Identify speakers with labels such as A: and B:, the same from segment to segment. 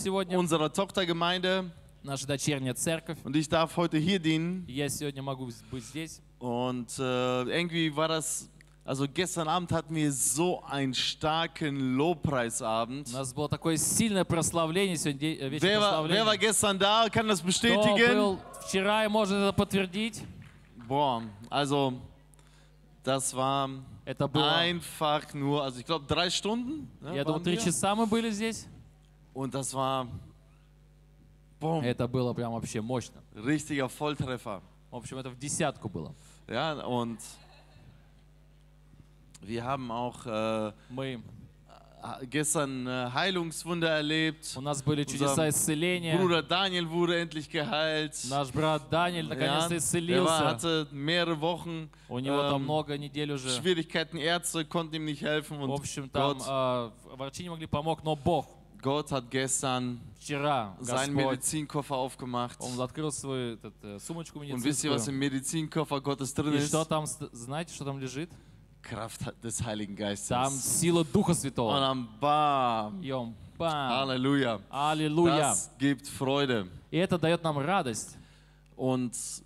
A: сегодня,
B: unserer Tochtergemeinde
A: наша дочерняя церковь.
B: und ich darf heute hier dienen.
A: Я сегодня могу быть здесь.
B: Und äh, irgendwie war das, also gestern Abend hatten wir so einen starken Lobpreisabend.
A: У нас было такое сильное прославление сегодня, де- э, вечер
B: Wer war, wer war
A: прославления.
B: gestern da? Kann das
A: Кто
B: bestätigen?
A: был вчера, и может это подтвердить.
B: Boah, also das war
A: Это было,
B: einfach nur, also ich glaube drei Stunden. ne,
A: я думаю,
B: waren
A: три
B: wir.
A: часа мы были здесь.
B: Und das war boom,
A: Это было прям вообще мощно.
B: richtiger Volltreffer.
A: В общем, это в десятку было.
B: Ja, und wir haben auch äh,
A: Мы,
B: gestern äh, Heilungswunder erlebt.
A: у нас были чудеса исцеления.
B: Bruder Daniel wurde endlich geheilt.
A: Наш брат Даниэль
B: Ja,
A: наконец-то
B: er war,
A: исцелился.
B: hatte mehrere Wochen
A: У него там
B: ähm,
A: много недель уже.
B: Schwierigkeiten. Ärzte konnten ihm nicht helfen
A: В
B: und
A: общем, там
B: Gott,
A: э, врачи не могли помог, но Бог
B: Gott hat gestern
A: вчера,
B: seinen
A: Господь,
B: Medizinkoffer aufgemacht.
A: Он открыл свою этот, э, сумочку
B: Und wisst ihr, was
A: медицинскую.
B: im Medizinkoffer Gottes drin
A: И
B: ist?
A: что там, ст- знаете, что там лежит?
B: Kraft des Heiligen
A: Там
B: Geistes.
A: сила Духа
B: Und
A: Святого.
B: am Bam.
A: Йом, бам,
B: Halleluja.
A: аллилуйя.
B: Das gibt Freude.
A: И это дает нам радость.
B: Und es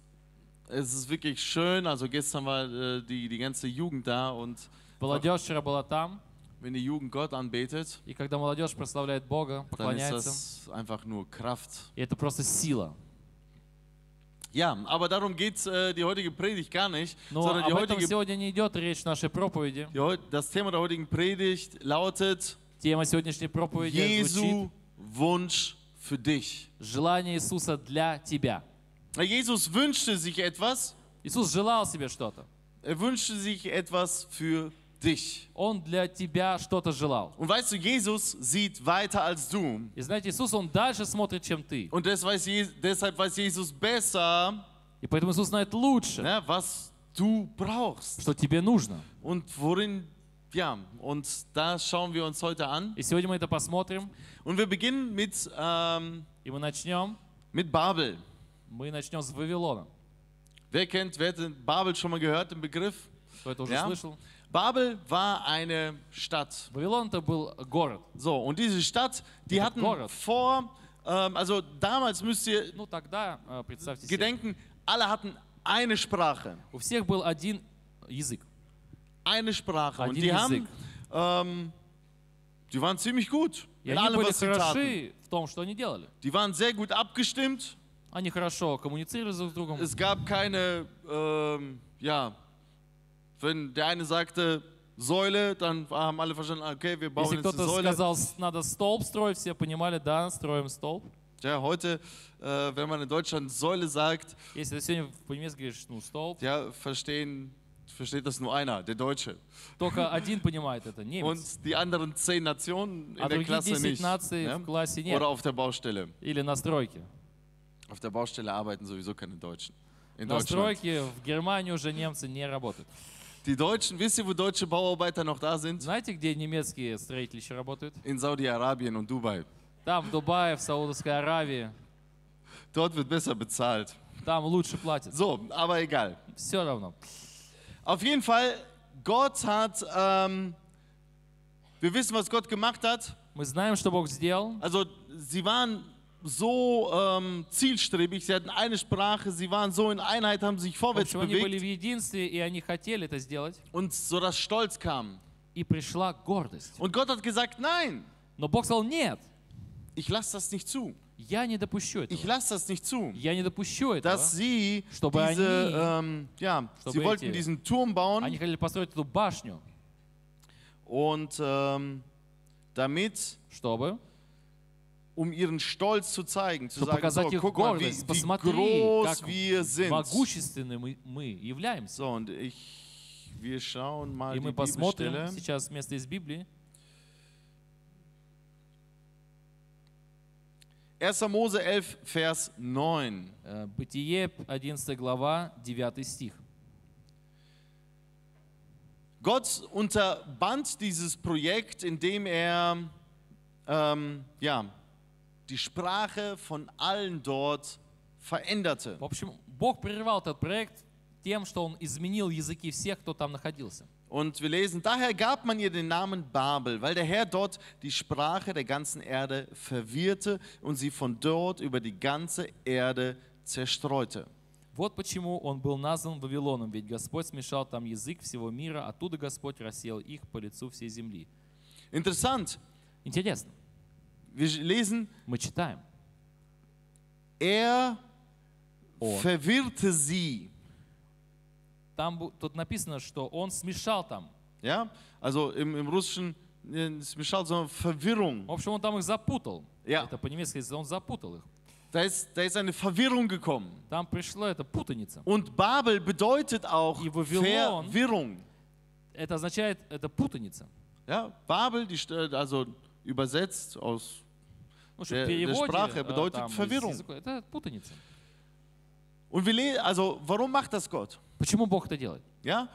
B: ist wirklich schön. Also gestern war äh, die, die ganze Jugend da und
A: Молодежь вчера была там,
B: wenn die Jugend Gott anbetet,
A: и когда молодежь прославляет Бога,
B: dann ist
A: поклоняется,
B: das einfach nur Kraft.
A: и это просто сила.
B: Ja, aber darum geht äh, die heutige Predigt gar nicht,
A: Но
B: sondern die
A: об этом
B: heutige,
A: сегодня не идет речь в нашей проповеди.
B: die, heu- das Thema der heutigen Predigt lautet
A: Тема сегодняшней проповеди звучит
B: Jesu Wunsch für dich. Äh,
A: «Желание Иисуса для тебя».
B: Jesus wünschte sich etwas,
A: Иисус желал себе что-то.
B: er wünschte sich etwas für dich.
A: Он для тебя что-то желал.
B: Und weißt du, Jesus sieht weiter als du.
A: И знаете, Иисус, Он дальше смотрит, чем ты.
B: Und das weiß Je deshalb weiß Jesus besser,
A: И поэтому Иисус знает лучше,
B: ne, was du brauchst
A: что тебе нужно.
B: und worin, ja, und da schauen wir uns heute an.
A: И сегодня мы это посмотрим,
B: Und wir beginnen mit, ähm,
A: и мы начнем.
B: mit Babel.
A: Мы начнем с Вавилона.
B: Wer kennt, wer hat denn Babel schon mal gehört, den Begriff?
A: Кто это уже
B: Ja.
A: слышал?
B: Babel war eine Stadt.
A: Вавилон это был город.
B: So, und diese Stadt, die
A: Ja,
B: hatten
A: Gorod.
B: vor, ähm, also damals müsst ihr
A: Ну тогда, э, представьте себе,
B: gedenken, alle hatten eine Sprache.
A: у всех был один язык.
B: Eine Sprache. Und
A: Один
B: die
A: язык.
B: haben, ähm, die waren ziemlich gut.
A: И
B: In
A: они
B: allem,
A: были
B: was sie taten.
A: хороши в том, что они делали.
B: Die waren sehr gut abgestimmt.
A: Они хорошо коммуницировали друг с другом.
B: es gab keine, ähm, ja, wenn der eine sagte Säule, dann haben alle verstanden, ah, okay, wir bauen
A: Если
B: jetzt eine
A: кто-то
B: Säule.
A: сказал, «С- надо столб строить, все понимали, да, строим столб.
B: Ja, heute, äh, wenn man in Deutschland Säule sagt,
A: Если ты сегодня по-немецки говоришь, ну, столb,
B: ja, verstehen, versteht das nur einer, der Deutsche.
A: только один понимает это, немец.
B: Und die anderen zehn Nationen in
A: А
B: der
A: другие
B: Klasse
A: 10
B: nicht.
A: наций
B: ne?
A: в классе нет.
B: Oder auf der Baustelle.
A: Или на стройке.
B: Auf der Baustelle arbeiten sowieso keine Deutschen. In
A: На
B: Deutschland.
A: стройке в Германии уже немцы не работают.
B: Die Deutschen, wisst ihr, wo deutsche Bauarbeiter noch da sind?
A: Знаете, где немецкие строители еще работают?
B: In Saudi-Arabien und Dubai.
A: Там, в Дубае, в Саудовской Аравии.
B: Dort wird besser bezahlt.
A: Там лучше платят.
B: So, aber egal.
A: Все равно.
B: Auf jeden Fall, Gott hat, ähm, wir wissen, was Gott gemacht hat.
A: Мы знаем, что Бог сделал.
B: Also sie waren so ähm, zielstrebig, sie hatten eine Sprache, sie waren so in Einheit, haben sich
A: В
B: vorwärts
A: общем, они были в
B: bewegt
A: единстве, и они хотели это сделать.
B: und so dass Stolz kam.
A: И пришла гордость.
B: Und Gott hat gesagt, nein,
A: Но Бог сказал, нет,
B: ich lasse das nicht zu.
A: я не допущу
B: Ich
A: этого.
B: lasse das nicht zu.
A: Я не допущу этого.
B: Dass sie
A: Чтобы они-
B: diese, ähm, ja, sie
A: Чтобы
B: wollten
A: эти-
B: diesen Turm
A: Они
B: bauen
A: хотели построить эту башню,
B: und ähm, damit,
A: чтобы...
B: um ihren Stolz zu zeigen, zu
A: Чтобы
B: sagen, so,
A: показать их
B: guck mal, wie,
A: гордость.
B: wie
A: Посмотри,
B: groß
A: как
B: wir sind.
A: Могущественны мы, мы являемся.
B: So, und ich, wir schauen mal
A: И
B: die
A: мы посмотрим
B: Bibelstelle.
A: сейчас место из Библии.
B: 1. Mose 11, Vers 9.
A: Э, Бытие, 11 глава, 9 стих.
B: Gott unterband dieses Projekt, indem er ähm, ja, die Sprache von allen dort veränderte.
A: В общем, Бог прервал этот проект тем, что Он изменил языки всех, кто там находился.
B: Und wir lesen, daher gab man ihr den Namen Babel, weil der Herr dort die Sprache der ganzen Erde verwirrte und sie von dort über die ganze Erde zerstreute.
A: Вот почему он был назван Вавилоном, ведь Господь смешал там язык всего мира, оттуда Господь рассеял их по лицу всей земли.
B: Interessant,
A: Интересно,
B: wir lesen,
A: мы читаем,
B: er
A: он,
B: verwirrte sie.
A: там бу- тут написано, что он смешал там.
B: Ja, also im, im Russischen, äh, ist mir schade, sondern Verwirrung.
A: В общем, он там их запутал.
B: Я.
A: Это по-немецки он запутал их.
B: Da ist, da ist eine Verwirrung gekommen.
A: Там пришла эта путаница.
B: Und Babel bedeutet auch
A: Die Babylon.
B: Verwirrung.
A: Это означает, это путаница.
B: Ja, Babel, die, St- also übersetzt aus,
A: Ну, что
B: Der-
A: в
B: der
A: переводе,
B: Sprache
A: э,
B: bedeutet
A: там, из
B: Verwirrung.
A: языка- это путаница.
B: Und wir lesen, also warum macht das Gott?
A: Почему Бог это делает?
B: Ja,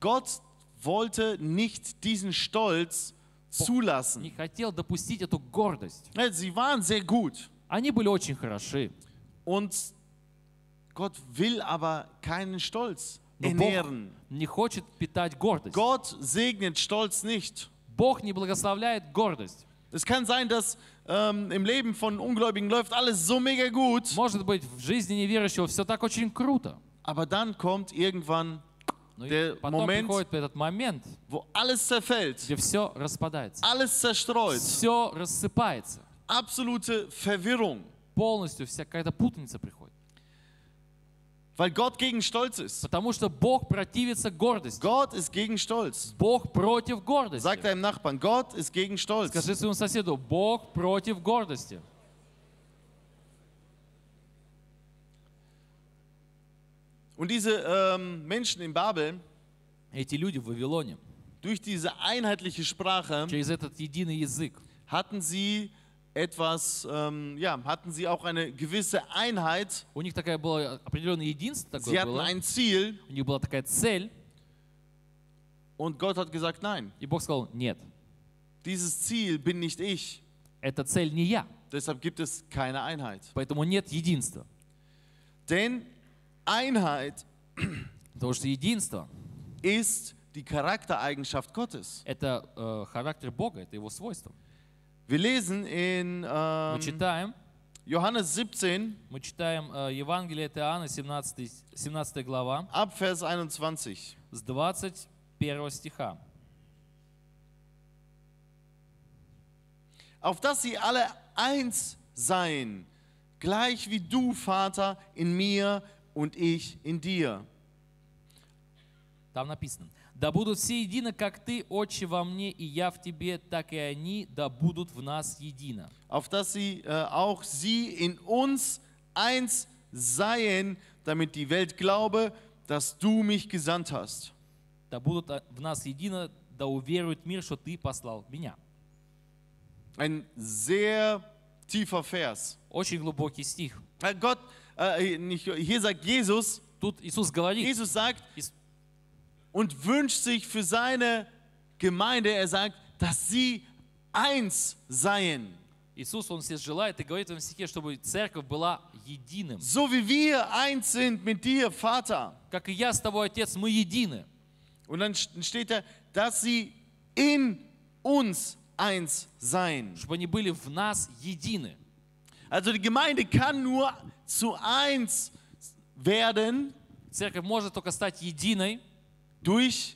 B: Gott wollte nicht diesen Stolz
A: Не
B: zulassen.
A: хотел допустить эту гордость.
B: Ja, Sie waren sehr gut
A: Они были очень хороши,
B: und Gott will aber keinen Stolz
A: но Бог
B: ernähren.
A: не хочет питать гордость.
B: Gott segnet Stolz nicht.
A: Бог не благословляет гордость.
B: Es kann sein, dass ähm, im Leben von Ungläubigen läuft alles so mega gut,
A: Может быть, в жизни неверующего все так очень круто.
B: aber dann kommt irgendwann,
A: Но
B: Der
A: и потом
B: Moment-
A: приходит этот момент,
B: wo alles zerfällt,
A: где все распадается.
B: alles zerstreut,
A: Все рассыпается.
B: absolute Verwirrung,
A: Полностью вся какая-то путаница приходит.
B: weil Gott gegen Stolz ist.
A: Потому что Бог противится гордости.
B: Gott ist gegen Stolz.
A: Бог против гордости.
B: Sag deinem Nachbarn, Gott ist gegen Stolz.
A: Скажи своему соседу, Бог против гордости.
B: Und diese ähm, Menschen in Babel,
A: Эти люди в Вавилоне
B: durch diese einheitliche Sprache,
A: через этот единый языk
B: hatten sie etwas, ähm, ja, hatten sie auch eine gewisse Einheit.
A: У них такая была определенное единство
B: Sie
A: такое
B: hatten
A: было.
B: ein Ziel
A: У них была такая цель,
B: und Gott hat gesagt, nein.
A: и Бог сказал, нет,
B: Dieses Ziel bin nicht ich.
A: эта цель не я,
B: Deshalb gibt es keine Einheit.
A: поэтому нет единства.
B: Denn Einheit
A: Потому что единство
B: ist die Charaktereigenschaft Gottes.
A: — это э, характер Бога, это его свойство.
B: Wir lesen in
A: Мы
B: ähm,
A: читаем,
B: Johannes 17
A: мы читаем э, Евангелие от Иоанна, 17, 17 глава,
B: ab Vers 21.
A: с 21 стиха.
B: Auf dass sie alle eins seien, gleich wie du, Vater, in mir und ich in dir.
A: Там написано, «Да будут все едины, как Ты, Отче, во мне, и я в Тебе, так и они, да будут в нас едино».
B: Auf dass sie äh, auch sie in uns eins seien, damit die Welt glaube, dass du mich gesandt hast.
A: «Да будут а, в нас едино, да уверует мир, что Ты послал меня».
B: Ein sehr tiefer Vers.
A: Очень глубокий стих.
B: Weil Gott, äh, nicht, hier sagt Jesus,
A: Тут Иисус говорит,
B: Jesus sagt
A: Иис-
B: und wünscht sich für seine Gemeinde, er sagt, dass sie eins seien.
A: Иисус, Он все желает и говорит в этом стихе, чтобы церковь была единым.
B: So wie wir eins sind mit dir, Vater.
A: Как и я с тобой, Отец, мы едины.
B: Und dann st- steht da, dass sie in uns eins seien.
A: Чтобы они были в нас едины.
B: Also die Gemeinde kann nur zu eins werden
A: Церковь может только стать единой
B: durch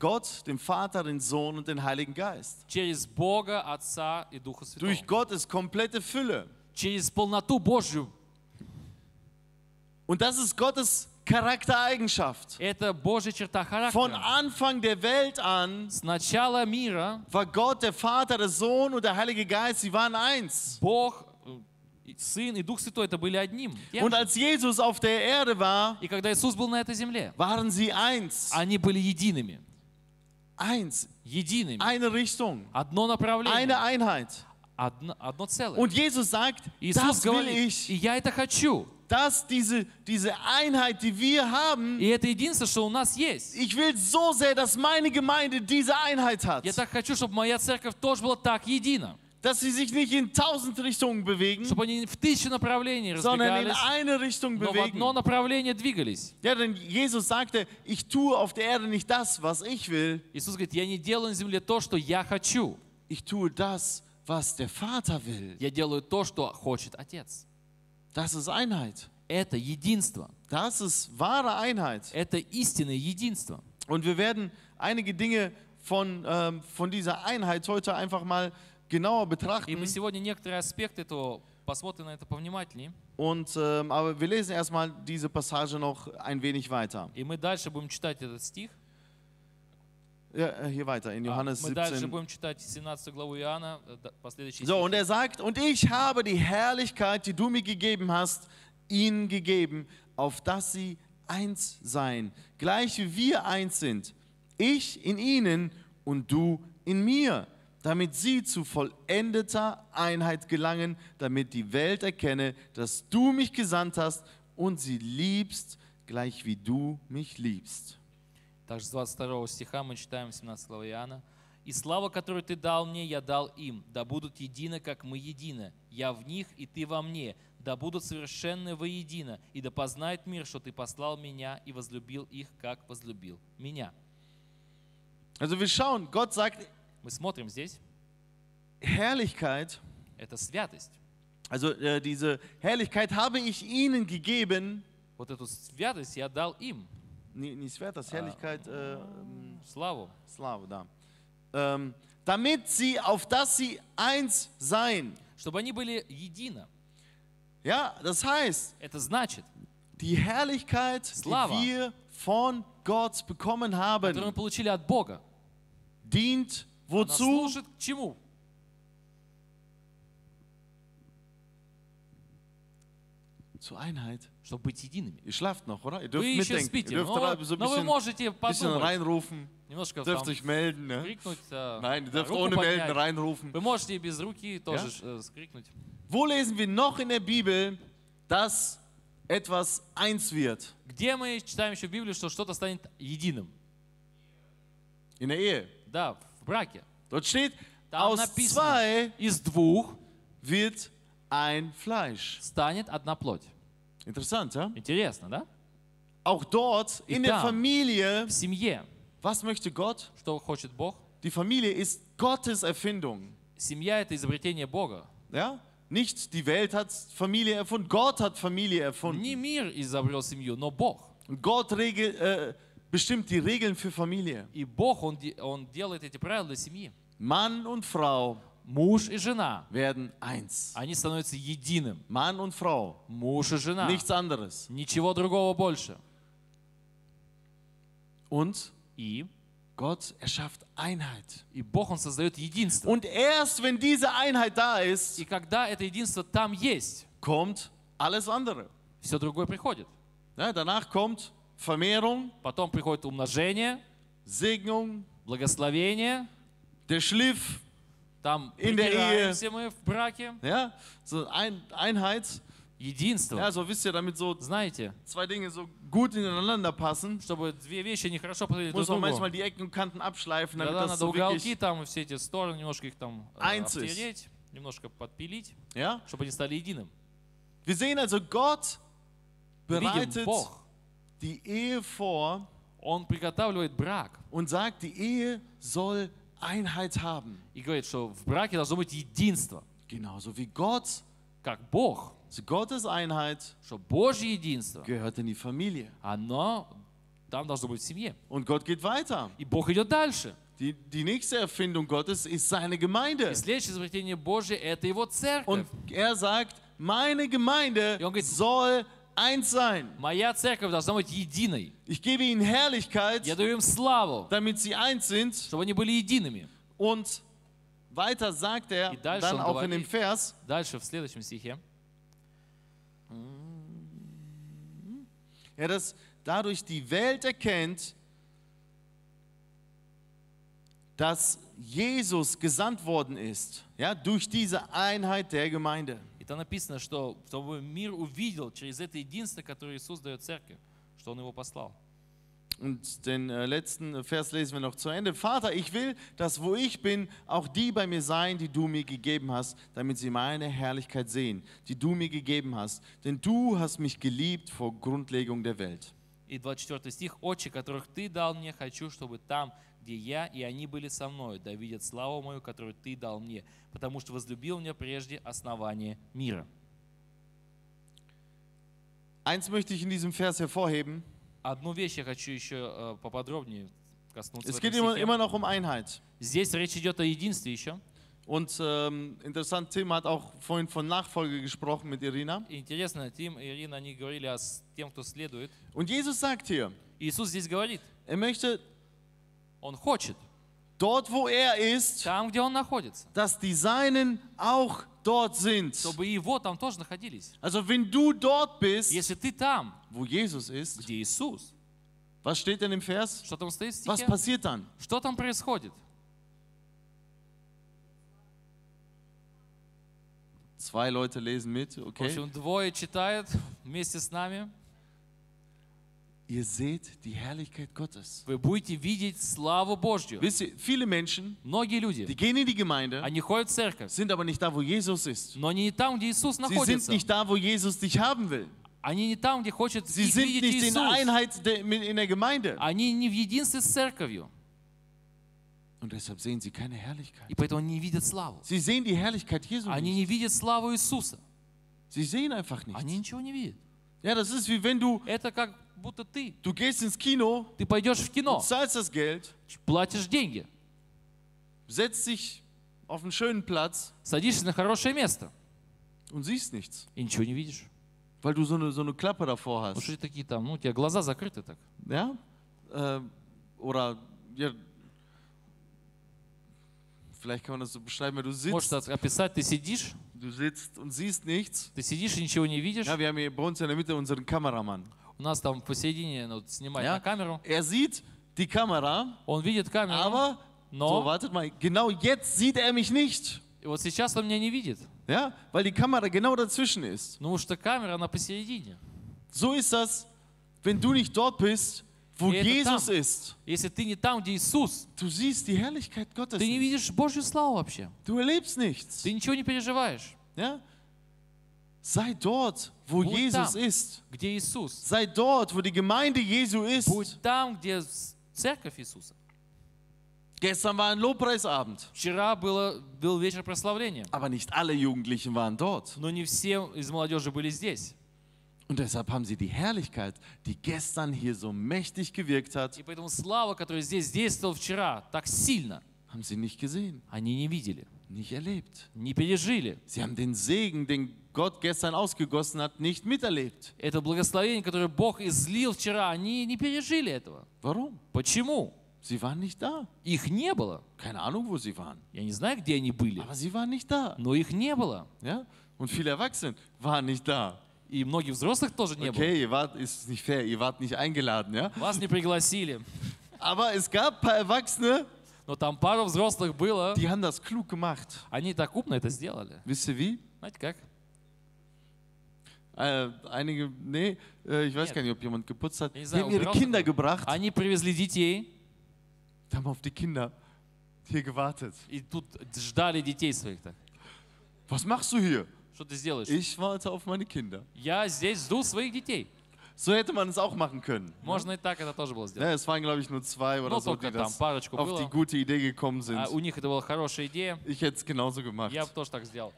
B: Gott, den Vater, den Sohn und den Heiligen Geist.
A: через Бога, Отца и Духа Святого.
B: Durch Gottes komplette Fülle.
A: Через полноту Божью.
B: Und das ist Gottes Charaktereigenschaft.
A: Это Божья черта
B: Von
A: характера.
B: Anfang der Welt an
A: С начала мира
B: war Gott, der Vater, der Sohn und der Heilige Geist, sie waren eins.
A: Бог, э, и Сын и Дух Святой это были одним. тем
B: Und
A: же.
B: als Jesus auf der Erde war,
A: И когда Иисус был на этой земле,
B: waren sie eins.
A: они были едиными.
B: Eins.
A: Едиными.
B: Eine Richtung.
A: Одно направление.
B: Eine Einheit.
A: Одно, одно целое.
B: Und Jesus sagt,
A: Иисус
B: das will
A: говорит, и
B: ich,
A: я это хочу.
B: dass diese, diese Einheit, die wir haben,
A: И это единство, что у нас есть.
B: ich will so sehr, dass meine Gemeinde diese Einheit hat.
A: Я так хочу, чтобы моя церковь тоже была так едина.
B: dass sie sich nicht in tausend Richtungen bewegen,
A: чтобы они в тысячу направлений
B: sondern in
A: разбегались,
B: eine Richtung
A: но в одно
B: bewegen.
A: направление двигались.
B: Ja, denn Jesus sagte, ich tue auf der Erde nicht das, was ich will,
A: Иисус говорит, я не делаю на земле то, что я хочу.
B: ich tue das, was der Vater will.
A: Я делаю то, что хочет Отец.
B: Das ist Einheit.
A: Это единство.
B: Das ist wahre Einheit.
A: Это истинное единство.
B: Und wir werden einige Dinge von, ähm, von dieser Einheit heute einfach mal genauer
A: И
B: betrachten.
A: мы сегодня некоторые аспекты этого посмотрим на это повнимательнее.
B: Und, ähm, aber wir lesen erstmal diese Passage noch ein wenig weiter.
A: И мы дальше будем читать этот стих.
B: Ja, äh, hier weiter, in
A: А,
B: Johannes
A: мы дальше
B: 17.
A: будем читать 17 главу Иоанна, э, да, последующие
B: So,
A: стихи.
B: und er sagt, und ich habe die Herrlichkeit, die du mir gegeben hast, ihnen gegeben, auf dass sie eins seien, gleich wie wir eins sind. Ich in ihnen und du in mir, damit sie zu vollendeter Einheit gelangen, damit die Welt erkenne, dass du mich gesandt hast und sie liebst, gleich wie du mich liebst.
A: Также с 22 стиха мы читаем 17 глава Иоанна. «И слава, которую ты дал мне, я дал им, да будут едины, как мы едины. Я в них, и ты во мне, да будут совершенны воедино, и да познает мир, что ты послал меня и возлюбил их, как возлюбил меня».
B: Also wir schauen, Gott sagt
A: Мы смотрим здесь,
B: Herrlichkeit
A: это святость.
B: Also äh, diese Herrlichkeit habe ich ihnen gegeben.
A: Вот эту святость я дал им,
B: Ni- Nicht wert, das Herrlichkeit, äh, ähm,
A: славу,
B: Slave da. Ähm, damit sie, auf dass sie eins seien.
A: чтобы они были едино.
B: Ja, das heißt,
A: Это значит,
B: die Herrlichkeit,
A: Slava.
B: die wir von Gott bekommen
A: которую мы
B: haben,
A: получили от Бога,
B: dient
A: она
B: wozu?
A: служит к чему?
B: Zur Einheit.
A: Чтобы быть едиными.
B: Ihr schlaft noch, oder? Ihr dürft
A: Вы еще
B: mitdenken. Ihr
A: спите,
B: dürft
A: но,
B: da
A: вы-
B: so ein
A: но вы
B: bisschen,
A: можете
B: bisschen
A: подумать,
B: reinrufen.
A: немножко
B: Dürft
A: там
B: euch melden, ne?
A: крикнуть, э,
B: Nein, ihr dürft
A: руку
B: ohne melden
A: поднять.
B: reinrufen.
A: Вы можете и без руки тоже э, скрикнуть.
B: Wo lesen wir noch in der Bibel, dass etwas eins wird?
A: Где мы читаем еще в Библии, что что-то станет единым?
B: In der Ehe.
A: Да, в браке.
B: Dort steht,
A: Там
B: aus
A: написано,
B: zwei
A: из двух
B: wird ein Fleisch.
A: станет одна плоть.
B: Interessant, ja?
A: Интересно, да?
B: Auch dort in der
A: da.
B: Familie,
A: В семье.
B: was möchte Gott?
A: Что хочет Бог?
B: Die Familie ist Gottes Erfindung.
A: Семья — это изобретение Бога.
B: Ja? Nicht die Welt hat Familie erfunden, Gott hat Familie
A: Не
B: erfunden.
A: мир изобрел семью, но Бог.
B: Und Gott regel, äh, bestimmt die Regeln für Familie.
A: И Бог, он, де- он делает эти правила для семьи.
B: Mann und Frau
A: Муж и жена,
B: werden eins.
A: они становятся единым.
B: Mann und Frau,
A: Муж и жена.
B: nichts anderes.
A: Ничего другого больше.
B: Und
A: И,
B: Gott erschafft Einheit.
A: и Бог, Он создает единство.
B: Und erst wenn diese Einheit da ist,
A: И когда это единство там есть,
B: kommt alles andere.
A: все другое приходит.
B: Ja, danach kommt Vermehrung,
A: Потом приходит умножение,
B: Segnung,
A: благословение.
B: der Schliff,
A: Там
B: In der
A: притираемся мы в браке.
B: ja, so ein Einheit. Ja,
A: Единство.
B: so wisst ihr, damit so
A: Знаете,
B: zwei Dinge so gut ineinander passen,
A: чтобы две вещи нехоraso подходили друг
B: muss man
A: другу.
B: manchmal die Ecken und Kanten abschleifen, damit
A: Тогда
B: das
A: надо
B: so
A: уголки
B: wirklich,
A: там и все эти стороны, немножко их там э,
B: Eins ist.
A: обтереть, немножко подпилить,
B: ja.
A: чтобы они стали единым.
B: Wir sehen also, Gott
A: Мы
B: bereitet
A: Видим, Бог,
B: die Ehe vor
A: Он приготавливает брак
B: und sagt, die Ehe soll Einheit haben.
A: и говорит, что в браке должно быть единство,
B: Genauso wie Gott
A: как Бог,
B: Zu Gottes Einheit
A: что Божье единство,
B: gehört in die Familie.
A: оно там должно быть в семье.
B: Und Gott geht weiter.
A: И Бог идет дальше.
B: Die, die nächste Erfindung Gottes ist seine Gemeinde.
A: И следующее изобретение Божье — это его церковь.
B: Und er sagt, meine Gemeinde
A: Junge-
B: soll eins sein.
A: Моя церковь должна быть единой.
B: Ich gebe ihnen
A: Я
B: Herrlichkeit,
A: даю им славу,
B: damit sie eins sind.
A: чтобы они были едиными.
B: Und weiter sagt er
A: Die Dalschung
B: dann auch in
A: gewaltig.
B: dem Vers,
A: Дальше, в следующем стихе.
B: ja, dass dadurch die Welt erkennt, dass Jesus gesandt worden ist, ja, durch diese Einheit der Gemeinde.
A: И там написано, что чтобы мир увидел через это единство, которое Иисус дает церкви, что Он его послал.
B: Und den äh, letzten Vers lesen wir noch zu Ende. Vater, ich will, dass wo ich bin, auch die bei mir seien, die du mir gegeben hast, damit sie meine Herrlichkeit sehen, die du mir gegeben hast. Denn du hast mich geliebt vor Grundlegung der Welt.
A: И 24 стих. «Отче, которых Ты дал мне, хочу, чтобы там, где я, и они были со мною, да видят славу мою, которую Ты дал мне, потому что возлюбил меня прежде основание мира».
B: Eins möchte ich in diesem Vers hervorheben.
A: Одну вещь я хочу еще э, поподробнее коснуться. в
B: Es
A: этом
B: geht immer,
A: стихе.
B: immer noch um Einheit.
A: Здесь rечь идет о единстве еще.
B: Und ähm, interessant, Tim hat auch vorhin von Nachfolge gesprochen mit Irina.
A: Интересно, Тим и Ирина, они говорили о с- тем, кто следует.
B: Und Jesus sagt hier,
A: Иисус здесь говорит,
B: er möchte
A: Он хочет,
B: dort, wo er ist,
A: там, где Он находится,
B: dass die Seinen auch dort sind.
A: чтобы и Его там тоже находились.
B: Also wenn du dort bist,
A: Если ты там,
B: wo Jesus ist,
A: где Иисус,
B: was steht denn im Vers?
A: что там стоит в
B: Was
A: стихе?
B: passiert dann?
A: Что там происходит?
B: Zwei Leute lesen mit,
A: В
B: okay?
A: общем, двое читают вместе с нами.
B: Ihr seht die Herrlichkeit Gottes.
A: Вы будете видеть славу Божью.
B: Wisst ihr, viele Menschen,
A: Многие
B: die
A: люди,
B: gehen in die Gemeinde,
A: они ходят в церковь,
B: sind aber nicht da, wo Jesus ist.
A: но они не там, где Иисус
B: Sie sind
A: находится.
B: nicht da, wo Jesus dich haben will.
A: Они не там, где хочет
B: Sie
A: их
B: sind
A: видеть
B: nicht in
A: Иисус.
B: Einheit der- mit- in der Gemeinde.
A: Они не в единстве с церковью,
B: Und deshalb sehen sie keine
A: и
B: Herrlichkeit.
A: поэтому они не видят славу.
B: Sie sehen die Herrlichkeit Jesu
A: Они
B: nicht.
A: не видят славу Иисуса.
B: Sie sehen einfach
A: Они
B: nicht.
A: ничего не видят.
B: Ja, das ist wie wenn du,
A: Это как будто ты.
B: du gehst ins Kino,
A: Ты пойдешь в кино,
B: zahlst das Geld,
A: платишь деньги,
B: setzt dich auf einen schönen Platz
A: садишься на хорошее место
B: und siehst nichts,
A: и ничего не видишь.
B: weil du so eine, so eine Klappe davor
A: Ну что ты
B: hast.
A: такие там, ну у тебя глаза закрыты так.
B: Ja? Äh, oder ja, vielleicht kann man das so beschreiben, wenn du
A: Можешь
B: sitzt,
A: так описать, ты сидишь,
B: du sitzt und siehst nichts.
A: ты сидишь и ничего не видишь.
B: Ja, wir haben hier bei uns in der Mitte unseren Kameramann.
A: У нас там посередине ну, вот снимать
B: Ja?
A: на камеру.
B: Er sieht die Kamera,
A: Он видит камеру,
B: aber so,
A: но
B: wartet mal, genau jetzt sieht er mich nicht.
A: вот сейчас он меня не видит.
B: Ja, weil die Kamera genau dazwischen ist.
A: Ну что камера, она посередине.
B: So ist das, wenn du nicht dort bist, wo
A: Jeder
B: Jesus
A: Stamm.
B: ist.
A: Если ты не там, где Иисус,
B: Du siehst die Herrlichkeit Gottes.
A: ты не
B: Nicht.
A: видишь Божью славу вообще.
B: Du erlebst nichts.
A: Ты ничего не переживаешь.
B: Ja? Sei dort,
A: Wo
B: wo Jesus
A: Stamm.
B: ist.
A: Где Иисус?
B: Sei dort, wo die Gemeinde Jesu ist.
A: Будь там, где с- церковь Иисуса.
B: Gestern war ein Lobpreisabend,
A: Вчера было, был вечер прославления,
B: aber nicht alle Jugendlichen waren dort.
A: но не все из молодежи были здесь.
B: Und deshalb haben sie die Herrlichkeit, die gestern hier so mächtig gewirkt hat,
A: И поэтому слава, которая здесь действовала вчера так сильно,
B: haben sie nicht gesehen,
A: они не видели,
B: nicht erlebt.
A: не пережили.
B: Sie haben den Segen, den Gott gestern ausgegossen hat, nicht miterlebt.
A: Это благословение, которое Бог излил вчера, они не пережили этого.
B: Warum?
A: Почему?
B: Sie waren nicht da.
A: Их не было.
B: Keine Ahnung, wo sie waren.
A: Я не знаю, где они были,
B: Aber sie waren nicht da.
A: но их не было.
B: Ja? Und viele Erwachsene waren nicht da.
A: И многих взрослых тоже не было.
B: Okay, ihr wart, ist nicht fair, ihr wart nicht eingeladen, ja?
A: Вас не пригласили.
B: Aber es gab ein paar Erwachsene,
A: Но там пару взрослых было.
B: die haben das klug gemacht.
A: Они так умно это сделали.
B: Wisst ihr wie?
A: Знаете как?
B: Äh, einige, nee, äh, ich weiß
A: Ja.
B: gar nicht, ob jemand geputzt hat. Die
A: Ich sag,
B: haben ihre
A: brauchst du
B: Kinder
A: nicht.
B: gebracht,
A: Они привезли детей
B: die haben auf die Kinder hier gewartet.
A: и тут ждали детей своих так.
B: Was machst du hier?
A: Что ты сделаешь?
B: Ich warte auf meine Kinder.
A: Я здесь жду своих детей.
B: So hätte man es auch machen können.
A: Можно и так это тоже было сделать.
B: Ja, es waren, glaube ich, nur zwei oder
A: Ну,
B: so, die
A: только там
B: das auf
A: парочку
B: die
A: было.
B: gute Idee gekommen sind.
A: А у них это была хорошая идея.
B: Ich hätte es genauso gemacht.
A: Я бы тоже так сделал.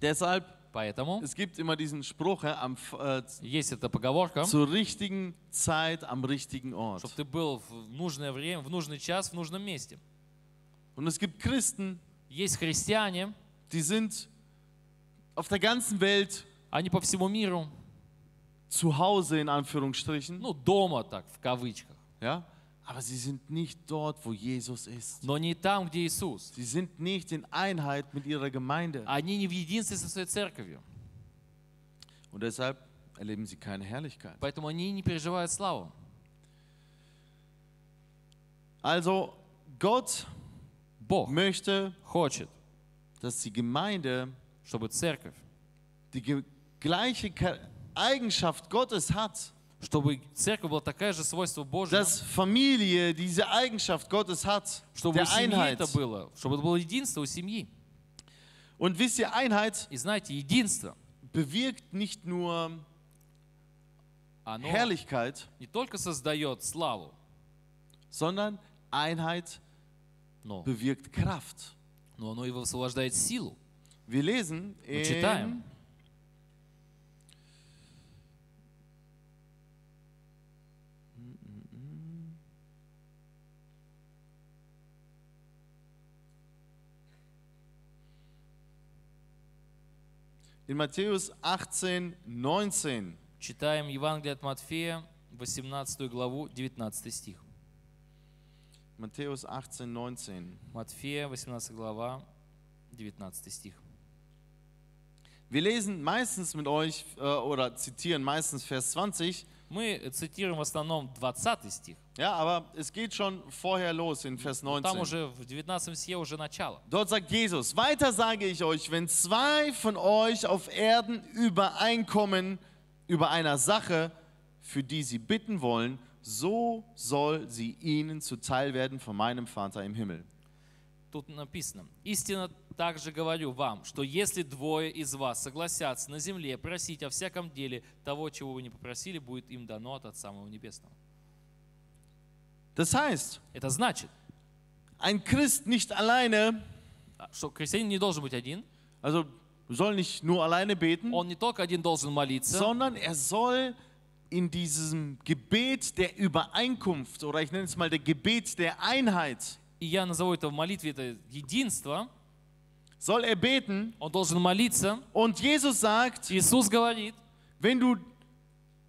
B: Deshalb,
A: Poэтому
B: es gibt immer diesen Spruch, ja, am, F- äh, z-
A: есть эта поговорка,
B: zur richtigen Zeit am richtigen Ort.
A: чтобы ты был в нужное время, в нужный час, в нужном месте.
B: Und es gibt Christen,
A: Есть христиане,
B: die sind auf der ganzen Welt
A: они по всему миру,
B: zu Hause, in Anführungsstrichen,
A: ну, дома так, в кавычках,
B: ja, aber sie sind nicht dort, wo Jesus ist.
A: но не там, где Иисус.
B: Sie sind nicht in Einheit mit ihrer Gemeinde.
A: Они не в единстве со своей церковью,
B: Und deshalb erleben sie keine Herrlichkeit.
A: поэтому они не переживают славу.
B: Also, Gott
A: Бог
B: möchte,
A: хочет,
B: dass die Gemeinde
A: чтобы церковь
B: die ge gleiche Cha- Eigenschaft Gottes hat,
A: чтобы церковь была такая же свойство Божие,
B: dass Familie diese Eigenschaft Gottes hat,
A: чтобы у
B: der
A: семьи
B: Einheit.
A: это было, чтобы это было единство у семьи.
B: Und wisst ihr, Einheit
A: И знаете, единство,
B: bewirkt nicht nur
A: оно
B: Herrlichkeit,
A: не только создает славу,
B: sondern Einheit
A: но,
B: bewirkt Kraft.
A: но оно и высвобождает силу.
B: Wir lesen
A: Мы читаем
B: in In Matthäus 18, 19.
A: Читаем Евангелие от Матфея, 18 главу, 19 стих.
B: Matthäus 18, 19.
A: Матфея, 18 глава, 19 стих.
B: Wir lesen meistens mit euch äh, oder zitieren meistens Vers 20,
A: Мы цитируем в основном 20 стих.
B: ja, aber es geht schon vorher los in Vers
A: Там
B: 19.
A: уже в 19 стихе уже начало.
B: Dort sagt Jesus, weiter sage ich euch, wenn zwei von euch auf Erden übereinkommen über einer Sache, für die sie bitten wollen, so soll sie ihnen zuteil werden von meinem Vater im Himmel.
A: Тут написано, «Истинно также говорю вам, что если двое из вас согласятся на земле просить о всяком деле того, чего вы не попросили, будет им дано от Отца Моего Небесного».
B: Das heißt,
A: Это значит,
B: ein Christ nicht alleine,
A: а, что христианин не должен быть один,
B: also soll nicht nur alleine beten,
A: он не только один должен молиться,
B: sondern er soll in diesem Gebet der Übereinkunft oder ich nenne es mal der Gebet der Einheit,
A: и я назову это в молитве, это единство,
B: soll er beten.
A: он должен молиться.
B: Und Jesus sagt,
A: Иисус говорит,
B: wenn du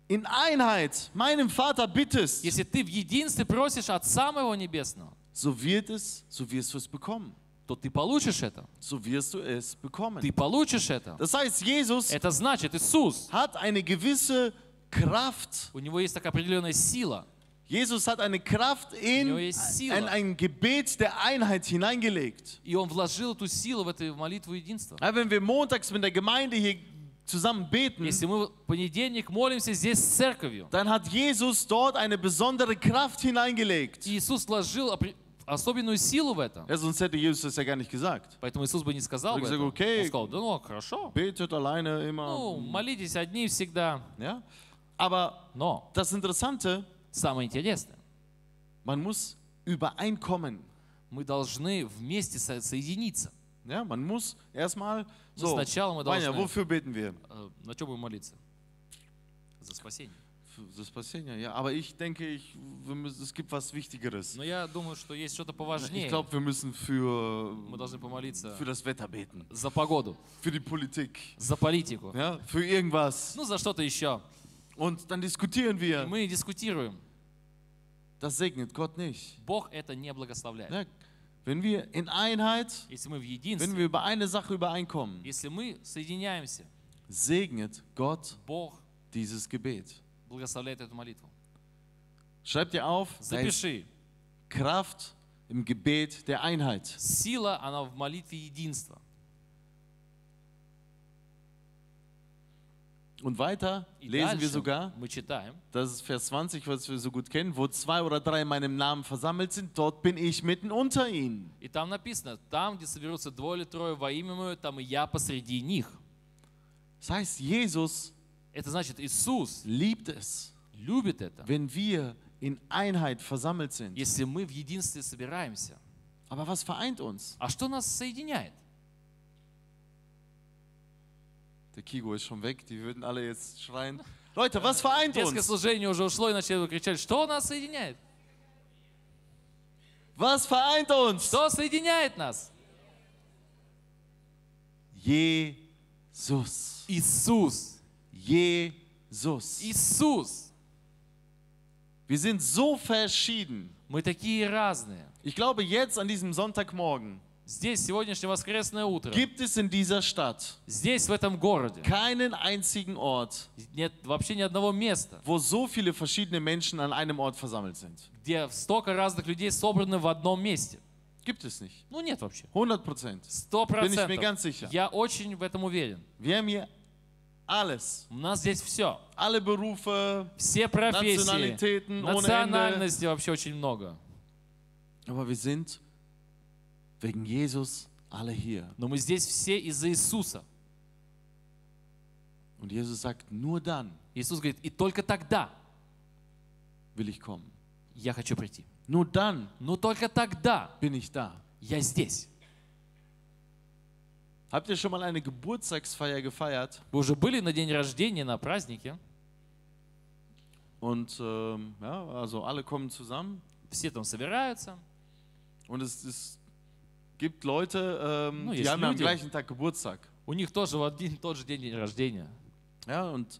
B: in Einheit meinem Vater bittest,
A: если ты в единстве просишь от самого Небесного,
B: so wird es, so wirst du es bekommen.
A: то ты получишь это.
B: So wirst du es
A: Ты
B: bekommen.
A: получишь это.
B: Das heißt, Jesus
A: Это значит, Иисус,
B: hat eine gewisse Kraft.
A: у него есть такая определенная сила.
B: Jesus hat eine Kraft in,
A: Ja, ist Sila.
B: in ein Gebet der Einheit hineingelegt.
A: И он вложил эту силу в эту молитву единства.
B: Ja, wenn wir montags mit der Gemeinde hier zusammen beten,
A: Если мы в понедельник молимся здесь с церковью,
B: dann hat Jesus dort eine besondere Kraft hineingelegt.
A: Иисус вложил опре- особенную силу в это.
B: Ja, sonst hätte Jesus das ja gar nicht gesagt.
A: Поэтому Иисус бы не сказал
B: Он
A: бы этого.
B: сказал, «Окей».
A: Он сказал, да ну, хорошо.
B: Betet alleine
A: Ну,
B: immer.
A: молитесь одни всегда.
B: Ja? Aber
A: Но
B: das Interessante,
A: самое интересное,
B: man muss übereinkommen.
A: мы должны вместе со- соединиться.
B: Ja, man muss erstmal so,
A: сначала мы
B: Vanya,
A: должны-
B: wofür beten wir?
A: Э, На чем будем молиться? За спасение.
B: Für Das Spasienia, ja. Aber ich denke, ich, wir müssen, es gibt was Wichtigeres.
A: Но я думаю, что есть что-то поважнее.
B: Ich glaube, wir müssen für,
A: мы должны помолиться
B: für das Wetter beten,
A: за погоду,
B: für die Politik,
A: за политику,
B: ja, für irgendwas.
A: ну за что-то еще.
B: Und dann diskutieren wir.
A: Мы дискутируем.
B: Das segnet Gott nicht.
A: Бог это не благословляет.
B: Ja, wenn wir in Einheit,
A: Если мы в
B: wenn
A: единстве,
B: wir über eine Sache übereinkommen,
A: если мы соединяемся,
B: segnet Gott
A: Бог
B: dieses Gebet.
A: благословляет эту молитву.
B: Schreibt ihr auf, da ist
A: Запиши.
B: Kraft im Gebet der Einheit.
A: Сила, она в молитве единства.
B: Und weiter
A: И
B: lesen wir
A: дальше
B: sogar,
A: мы читаем.
B: das ist Vers 20, was wir so gut kennen, wo zwei oder drei in meinem Namen versammelt sind, dort bin ich mitten unter ihnen.
A: И там написано, там, где соберутся двое или трое во имя мое, там и я посреди них.
B: Das heißt, Jesus
A: Это значит, Иисус
B: liebt es,
A: любит это,
B: wenn wir in Einheit versammelt sind.
A: если мы в единстве собираемся.
B: Aber was vereint uns?
A: А что нас соединяет?
B: Der Kigo ist schon weg, die würden alle jetzt schreien. Leute, was vereint
A: Детское
B: uns?
A: служение уже ушло, иначе вы кричали, что нас соединяет?
B: Was vereint uns?
A: Что соединяет нас?
B: Jesus.
A: Иисус.
B: Jesus.
A: Иисус.
B: Wir sind so verschieden.
A: Мы такие разные.
B: Ich glaube, jetzt an diesem Sonntagmorgen
A: Здесь сегодняшнее воскресное утро.
B: gibt es in dieser Stadt
A: Здесь, в этом городе.
B: keinen einzigen Ort,
A: Нет вообще ни одного места,
B: wo so viele verschiedene Menschen an einem Ort versammelt sind.
A: где столько разных людей собраны в одном месте.
B: Gibt es nicht.
A: Ну нет вообще.
B: 100 Prozent.
A: Сто
B: Bin ich mir
A: процентов.
B: ganz sicher.
A: Я очень в этом уверен.
B: Wir haben hier Alles.
A: У нас здесь все.
B: Alle Berufe.
A: Все профессии.
B: Nationalitäten ohne
A: Национальностей вообще очень много.
B: Aber wir sind wegen Jesus alle hier.
A: Но мы здесь все из-за Иисуса.
B: Und Jesus sagt, nur dann
A: Иисус говорит, и только тогда
B: will ich kommen.
A: я хочу прийти.
B: Nur dann
A: Но только тогда
B: bin ich da.
A: я здесь.
B: Habt ihr schon mal eine Geburtstagsfeier gefeiert?
A: Вы уже были на день рождения, на празднике.
B: Und ähm, ja, also alle kommen zusammen.
A: Все там собираются.
B: Und es, es gibt Leute, ähm,
A: Nur
B: die
A: jetzt
B: haben am
A: Leute.
B: gleichen Tag Geburtstag.
A: У них тоже в один и тот же день день рождения.
B: Ja, und,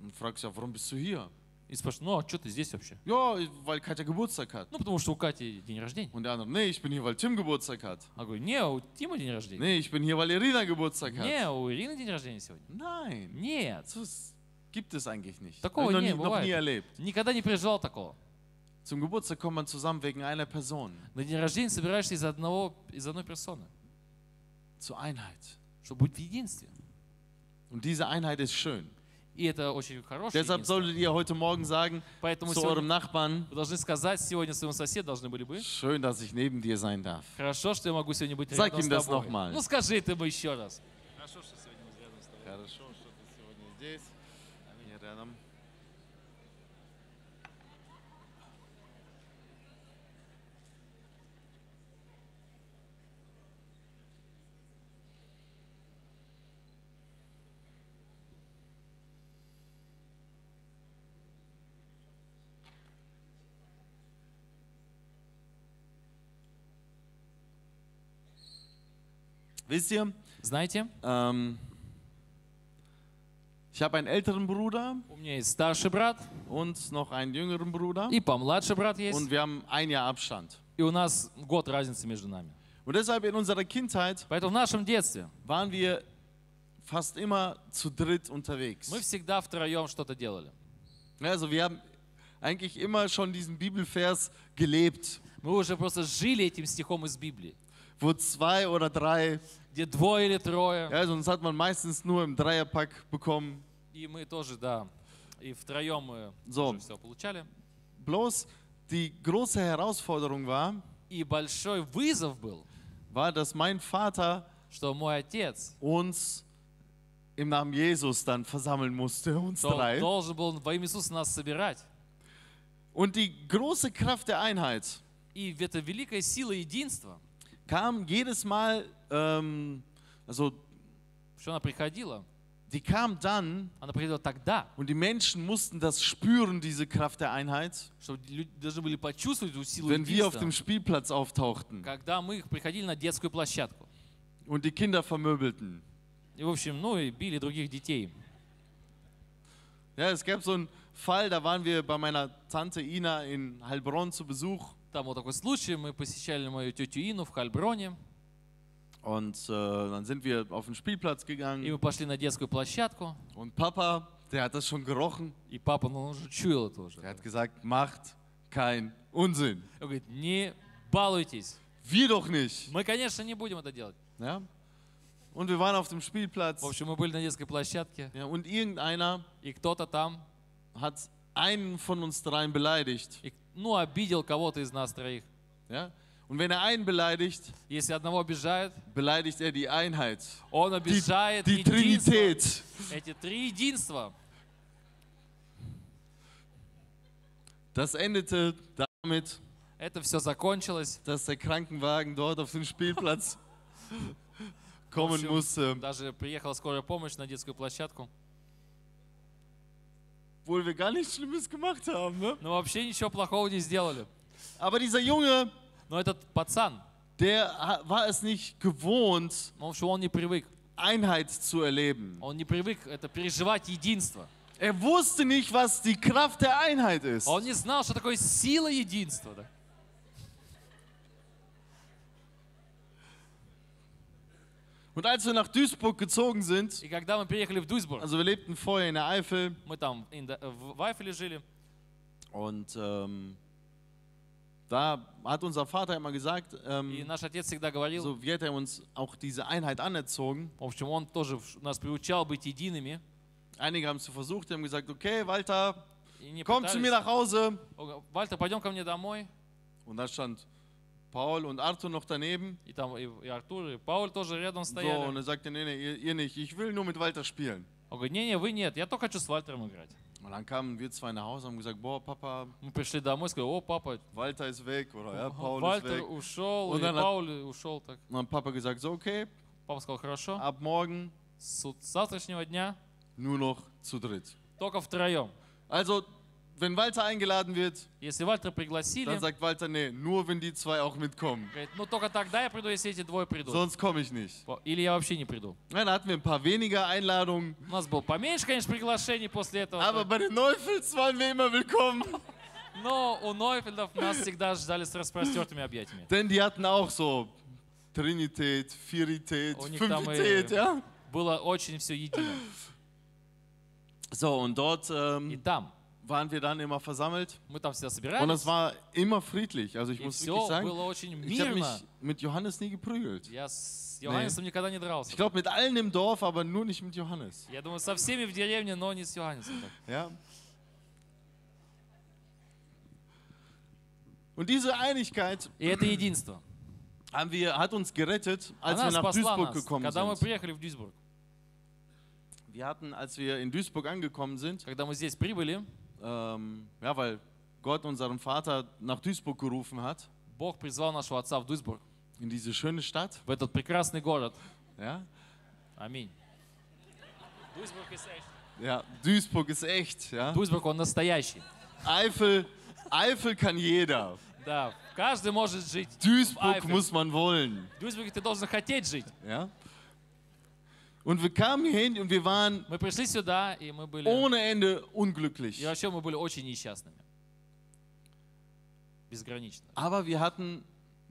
B: und fragst ja, warum bist du hier?
A: И спрашивают, ну а что ты здесь вообще?
B: Ja, weil Katja Geburtstag hat.
A: Ну, потому что у Кати день рождения.
B: Und der andere, nee, ich bin hier, weil Tim Geburtstag hat.
A: А говорю, не, у Тима день рождения.
B: Nee, ich bin hier, weil Irina Geburtstag hat.
A: Не, а у Ирины день рождения сегодня.
B: Nein,
A: Нет,
B: das gibt es eigentlich nicht.
A: Такого
B: Hab ich noch,
A: не
B: nie, noch
A: бывает.
B: nie erlebt.
A: никогда не переживал такого.
B: Zum Geburtstag kommt man zusammen wegen einer Person.
A: На день рождения собираешься из одного, из одной персоны,
B: Zur Einheit.
A: чтобы быть в единстве.
B: Und diese Einheit ist schön.
A: И это очень хорошее
B: Deshalb
A: единство.
B: solltet ihr heute Morgen sagen
A: Поэтому
B: zu eurem
A: сегодня
B: Nachbarn,
A: вы должны сказать сегодня своему соседу, должны были бы,
B: schön, dass ich neben dir sein darf.
A: хорошо, что я могу сегодня быть
B: Sag
A: рядом
B: ihm
A: с
B: das
A: тобой.
B: nochmal.
A: Ну скажи ты бы еще раз. Хорошо, что сегодня мы рядом с тобой.
B: Wisst ihr,
A: Знаете,
B: ähm, ich habe einen älteren Bruder
A: у меня есть старший брат
B: und noch einen jüngeren Bruder.
A: и помладший брат
B: Und
A: есть,
B: wir haben ein Jahr Abstand.
A: и у нас год разницы между нами.
B: Und deshalb in unserer Kindheit
A: Поэтому в нашем детстве
B: waren wir fast immer zu dritt unterwegs.
A: мы всегда втроем что-то делали.
B: Also wir haben eigentlich immer schon diesen Bibelvers gelebt,
A: Мы уже просто жили этим стихом из Библии,
B: wo zwei oder drei,
A: где двое или трое,
B: ja, also sonst hat man meistens nur im Dreierpack bekommen.
A: и мы тоже, да, и втроем мы
B: So.
A: уже все получали.
B: Bloß die große Herausforderung war,
A: И большой вызов был,
B: war, dass mein Vater
A: что мой отец
B: uns im Namen Jesus dann versammeln musste, uns
A: дол-
B: drei.
A: должен был во имя Иисуса нас собирать.
B: Und die große Kraft der Einheit
A: И это великая сила единства,
B: kam jedes Mal, ähm, also
A: что она приходила,
B: die kam dann
A: она приходила тогда,
B: und die Menschen mussten das spüren, diese Kraft der Einheit,
A: что люди должны были почувствовать эту силу
B: wenn wir auf
A: единства,
B: dem Spielplatz auftauchten
A: когда мы приходили на детскую площадку.
B: und die Kinder vermöbelten.
A: И, в общем, ну и били других детей.
B: Ja, es gab so einen Fall, da waren wir bei meiner Tante Ina in Heilbronn zu Besuch
A: Там вот такой случай, мы посещали мою тетю Ину в Хальброне,
B: und äh, dann sind wir auf den Spielplatz
A: и
B: gegangen
A: мы пошли на детскую площадку,
B: und Papa, der hat das schon gerochen,
A: и папа, ну он уже чуял это уже.
B: der hat gesagt, macht keinen Unsinn.
A: Он говорит, не балуйтесь,
B: Wir doch nicht.
A: мы, конечно, не будем это делать.
B: Ja? Und wir waren auf dem Spielplatz
A: В общем, мы были на детской площадке,
B: ja, und irgendeiner
A: и кто-то там,
B: hat einen von uns dreien beleidigt.
A: и- ну, обидел кого-то из нас троих.
B: Ja? Und wenn er einen beleidigt,
A: Если одного обижают,
B: beleidigt er die Einheit.
A: он
B: Die,
A: обижает
B: die
A: единство.
B: Trinität.
A: Эти три единства.
B: Das endete damit,
A: Это все закончилось.
B: dass der Krankenwagen dort auf den Spielplatz kommen
A: Общем,
B: musste.
A: Даже приехала скорая помощь на детскую площадку.
B: Obwohl wir gar nichts Schlimmes gemacht haben. Ne?
A: Но вообще ничего плохого не сделали.
B: Aber dieser Junge,
A: Но этот пацан,
B: der ha- war es nicht gewohnt,
A: ну, в общем, он не привык.
B: Einheit zu erleben.
A: Он не привык это переживать единство.
B: Er wusste nicht, was die Kraft der Einheit ist.
A: А Он не знал, что такое сила единства. да.
B: Und als wir nach Duisburg gezogen sind,
A: И когда мы переехали в Дуйсбург,
B: also wir lebten vorher in der Eifel,
A: мы там in- э, в Вайфеле жили,
B: Und ähm, Da hat unser Vater immer gesagt,
A: И
B: ähm,
A: наш отец всегда говорил,
B: so wird er uns auch diese Einheit anerzogen.
A: в общем, он тоже в- нас приучал быть едиными.
B: Einige haben es versucht, die haben gesagt, okay, Walter,
A: И не
B: komm zu mir
A: пытались.
B: nach Hause.
A: Он говорит, Вальтер, пойдем ко мне домой.
B: Und da stand Paul und Arthur noch daneben.
A: И там и, и Артур, и Пауль тоже рядом
B: So,
A: стояли.
B: und er sagte, nee, nee, ihr, ihr nicht, ich will nur mit Walter spielen.
A: Он говорит, не-не, вы нет, я только хочу с Вальтером играть.
B: Und dann kamen wir zwei nach Hause und haben gesagt, boah, Papa,
A: Мы пришли домой, сказали, о, папа,
B: Walter ist weg oder ja, Paul ist
A: Вальтер
B: weg.
A: ушел,
B: Он,
A: и
B: наверно-
A: Пауль ушел так.
B: Und dann hat Papa gesagt, so okay,
A: Папа сказал, хорошо,
B: ab morgen
A: с ут- с завтрашнего дня
B: nur noch zu dritt.
A: только втроем.
B: Also, wenn Walter eingeladen wird,
A: Если Вальтера пригласили,
B: dann sagt Walter, nee, nur wenn die zwei auch mitkommen.
A: говорит, ну только тогда я приду, если эти двое придут.
B: Sonst komme ich nicht.
A: По- Или я вообще не приду.
B: Ja, da hatten wir ein paar weniger Einladungen,
A: У нас было поменьше, конечно, приглашений после этого.
B: aber bei den Neufels waren wir immer willkommen.
A: Но у Нойфельдов нас всегда ждали с распростертыми объятиями.
B: Denn die hatten auch so Trinität, Virität,
A: Oh, nicht
B: Fünfität,
A: dabei.
B: ja.
A: Было очень все едино.
B: So, und dort
A: И
B: ähm,
A: там,
B: waren wir dann immer versammelt.
A: мы там всегда
B: Und
A: собирались,
B: es war immer friedlich. Also ich
A: и
B: muss wirklich
A: все
B: sagen,
A: было очень
B: ich habe mich
A: мирно.
B: mit Johannes nie geprügelt.
A: Я с Йоханнесом никогда не дрался.
B: Ich glaube, mit allen im Dorf, aber nur nicht mit Johannes.
A: Я думаю, со всеми в деревне, но не с Йоханнесом. так.
B: Ja. Und diese Einigkeit
A: И это единство.
B: haben wir, hat uns gerettet, als
A: Она
B: wir nach
A: спасла
B: А Duisburg
A: нас,
B: gekommen
A: когда мы
B: sind.
A: приехали в Дюйсбург.
B: Wir hatten, als wir in Duisburg angekommen sind,
A: Когда мы здесь прибыли,
B: ähm, ja, weil Gott unseren Vater nach Duisburg gerufen hat,
A: Бог призвал нашего отца в Дюйсбург,
B: in diese schöne Stadt.
A: в этот прекрасный город.
B: Ja,
A: Аминь. Дуйсбург, is echt.
B: ja Duisburg ist echt. Ja.
A: Дуйсбург, он настоящий.
B: Eifel, Eifel kann jeder.
A: Да, каждый может жить. в
B: Duisburg
A: Eifel.
B: muss man wollen.
A: В Дуйсбурге ты должен хотеть жить.
B: Ja. Und wir kamen hier hin und wir waren
A: Мы пришли сюда, и мы были...
B: ohne Ende
A: И
B: unglücklich.
A: вообще мы были очень несчастными. Безгранично.
B: Aber wir hatten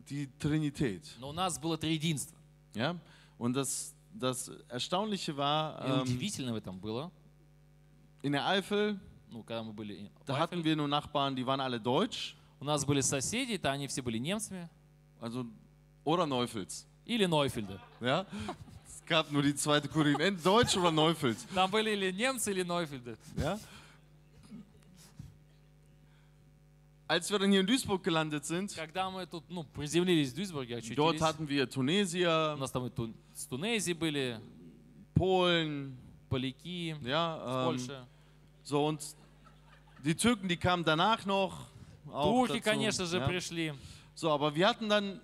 B: die Trinität.
A: Но у нас было триединство.
B: Ja? Und das, das Erstaunliche
A: И
B: war, ähm,
A: удивительно в этом было,
B: in der Eifel,
A: ну, когда мы были... в
B: da hatten
A: Эйфеле,
B: wir nur Nachbarn, die waren alle deutsch.
A: У нас были соседи, то они все были немцами.
B: Also, oder Neufels.
A: Или Нойфельды.
B: Ja? Es gab nur die zweite Kurin. Ent- Deutsch oder Neufels.
A: Там были или немцы, или Нойфельды.
B: Ja? Als wir dann hier in Duisburg gelandet sind,
A: Когда мы тут, ну, приземлились в Дюйсбурге,
B: dort
A: очутились,
B: hatten wir
A: у
B: Tunesier,
A: нас там и Тун- с Тунезии были,
B: Polen,
A: поляки,
B: ja, ähm,
A: Польша.
B: so und die Türken, die kamen danach noch. auch
A: Турки,
B: dazu,
A: конечно же,
B: ja.
A: пришли.
B: So, aber wir hatten dann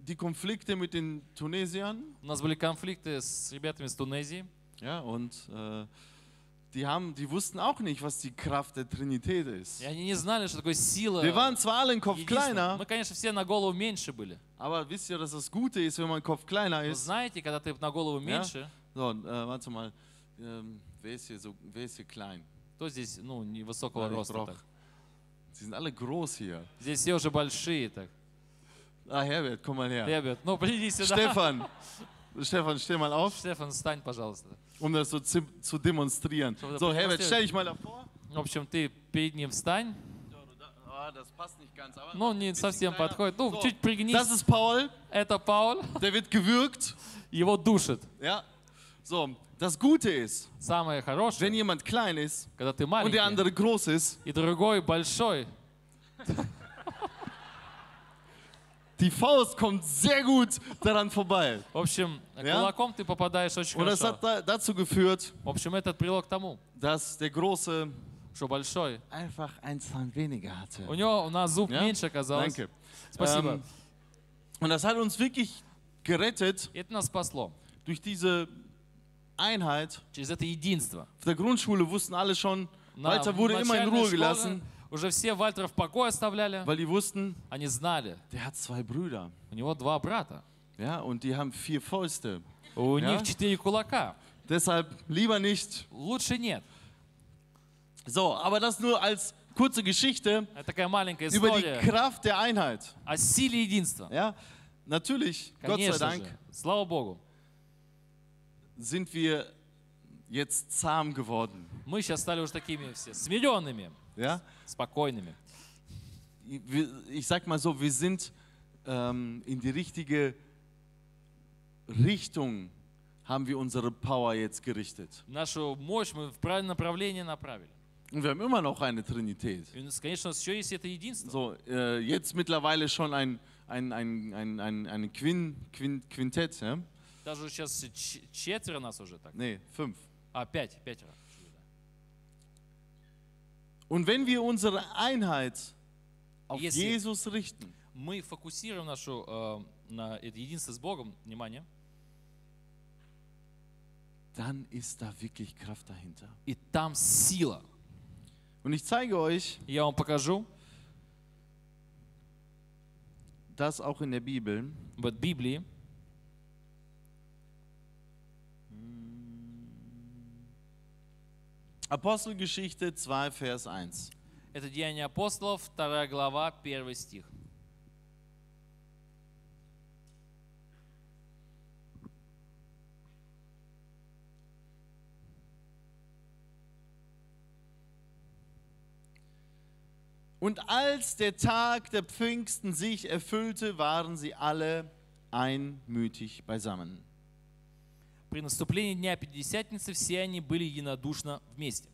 B: die Konflikte mit den Tunesiern,
A: У нас были конфликты с ребятами с Тунезии.
B: ja, und äh, die haben, die wussten auch nicht, was die Kraft der Trinität ist.
A: И они не знали, что такое сила.
B: Wir waren zwar alle einen Kopf
A: единства.
B: kleiner,
A: Мы, конечно, все на голову меньше были.
B: aber wisst ihr, dass das Gute ist, wenn man einen Kopf kleiner
A: Вы
B: ist?
A: знаете, когда ты на голову меньше,
B: So, äh, warte mal. Ähm, wer, ist hier so, wer ist hier klein?
A: то здесь, ну, невысокого
B: Да,
A: роста.
B: рок.
A: так.
B: Sie sind alle groß hier.
A: Здесь все уже большие так.
B: Ah, Herbert, komm mal her.
A: Ребят, ну, приди сюда.
B: Stefan, Stefan, steh mal auf,
A: Штефан, встань, пожалуйста.
B: um das so zu, zu demonstrieren.
A: So, da
B: So,
A: bin ich
B: Herbert,
A: was
B: stell dich mal davor.
A: В общem, ты перед ним встань.
B: Ah, das passt nicht ganz, aber.
A: Ну, не совсем подходит. Ну,
B: So,
A: чуть пригнись.
B: Das ist Paul,
A: Это Пауль.
B: der wird gewürgt.
A: Его душит.
B: Ja. So, das Gute ist,
A: Самое
B: wenn
A: хорошее,
B: jemand klein ist
A: когда ты
B: und der
A: маленький,
B: andere groß ist,
A: и другой большой,
B: die Faust kommt sehr gut daran vorbei.
A: В общем,
B: Ja?
A: кулаком ты попадаешь очень
B: Und das
A: хорошо.
B: hat da, dazu geführt,
A: В общем, этот прилог к тому,
B: dass der Große
A: что большой.
B: einfach ein Zahn weniger hatte.
A: У него у нас зуб
B: Ja?
A: меньше оказалось.
B: Danke.
A: Спасибо.
B: Ähm, und das hat uns wirklich gerettet
A: И Это нас спасло.
B: durch diese Einheit.
A: Через это единство.
B: Auf der Grundschule wussten alle schon,
A: На-
B: Walter
A: в
B: wurde immer in
A: начальной
B: Ruhe
A: школе
B: gelassen,
A: Уже все Вальтера в покое оставляли.
B: weil die wussten,
A: Они знали.
B: der hat zwei Brüder.
A: У него два брата.
B: Ja, und die haben vier Fäuste.
A: У
B: Ja?
A: них четыре кулака.
B: Deshalb lieber nicht.
A: Лучше нет.
B: So, aber das nur als kurze Geschichte
A: Это такая маленькая
B: über die
A: история
B: Kraft der Einheit.
A: о силе единства.
B: Ja, natürlich, Gott
A: Конечно
B: sei
A: же.
B: Dank,
A: Слава Богу.
B: sind wir jetzt zahm geworden.
A: Мы сейчас стали уже такими все смиренными,
B: Ja?
A: спокойными.
B: wir- ich sag mal so, wir sind ähm, in die richtige Richtung, haben wir unsere Power jetzt gerichtet.
A: Нашу мощь мы в правильное направление направили.
B: Und wir haben immer noch eine Trinität.
A: И, у нас, конечно, все есть это единство.
B: So, äh, jetzt mittlerweile schon ein, ein, ein, ein, ein, ein Quin, Quin, Quintett, ja?
A: Даже сейчас четверо нас уже так.
B: Nee, fünf.
A: А, пять, пятеро.
B: Und wenn wir unsere Einheit auf
A: Yes, yes.
B: Jesus richten,
A: Мы фокусируем нашу э, на это единство с Богом, внимание,
B: dann ist da wirklich Kraft dahinter.
A: и там сила.
B: Und ich zeige euch
A: Я вам покажу.
B: das auch in der Bibel.
A: Вот в Библии
B: Apostelgeschichte 2, Vers 1.
A: Это Деяние апостолов, 2 глава, 1 стих.
B: Und als der Tag der Pfingsten sich erfüllte, waren sie alle einmütig beisammen.
A: При наступлении Дня Пятидесятницы все они были единодушно вместе.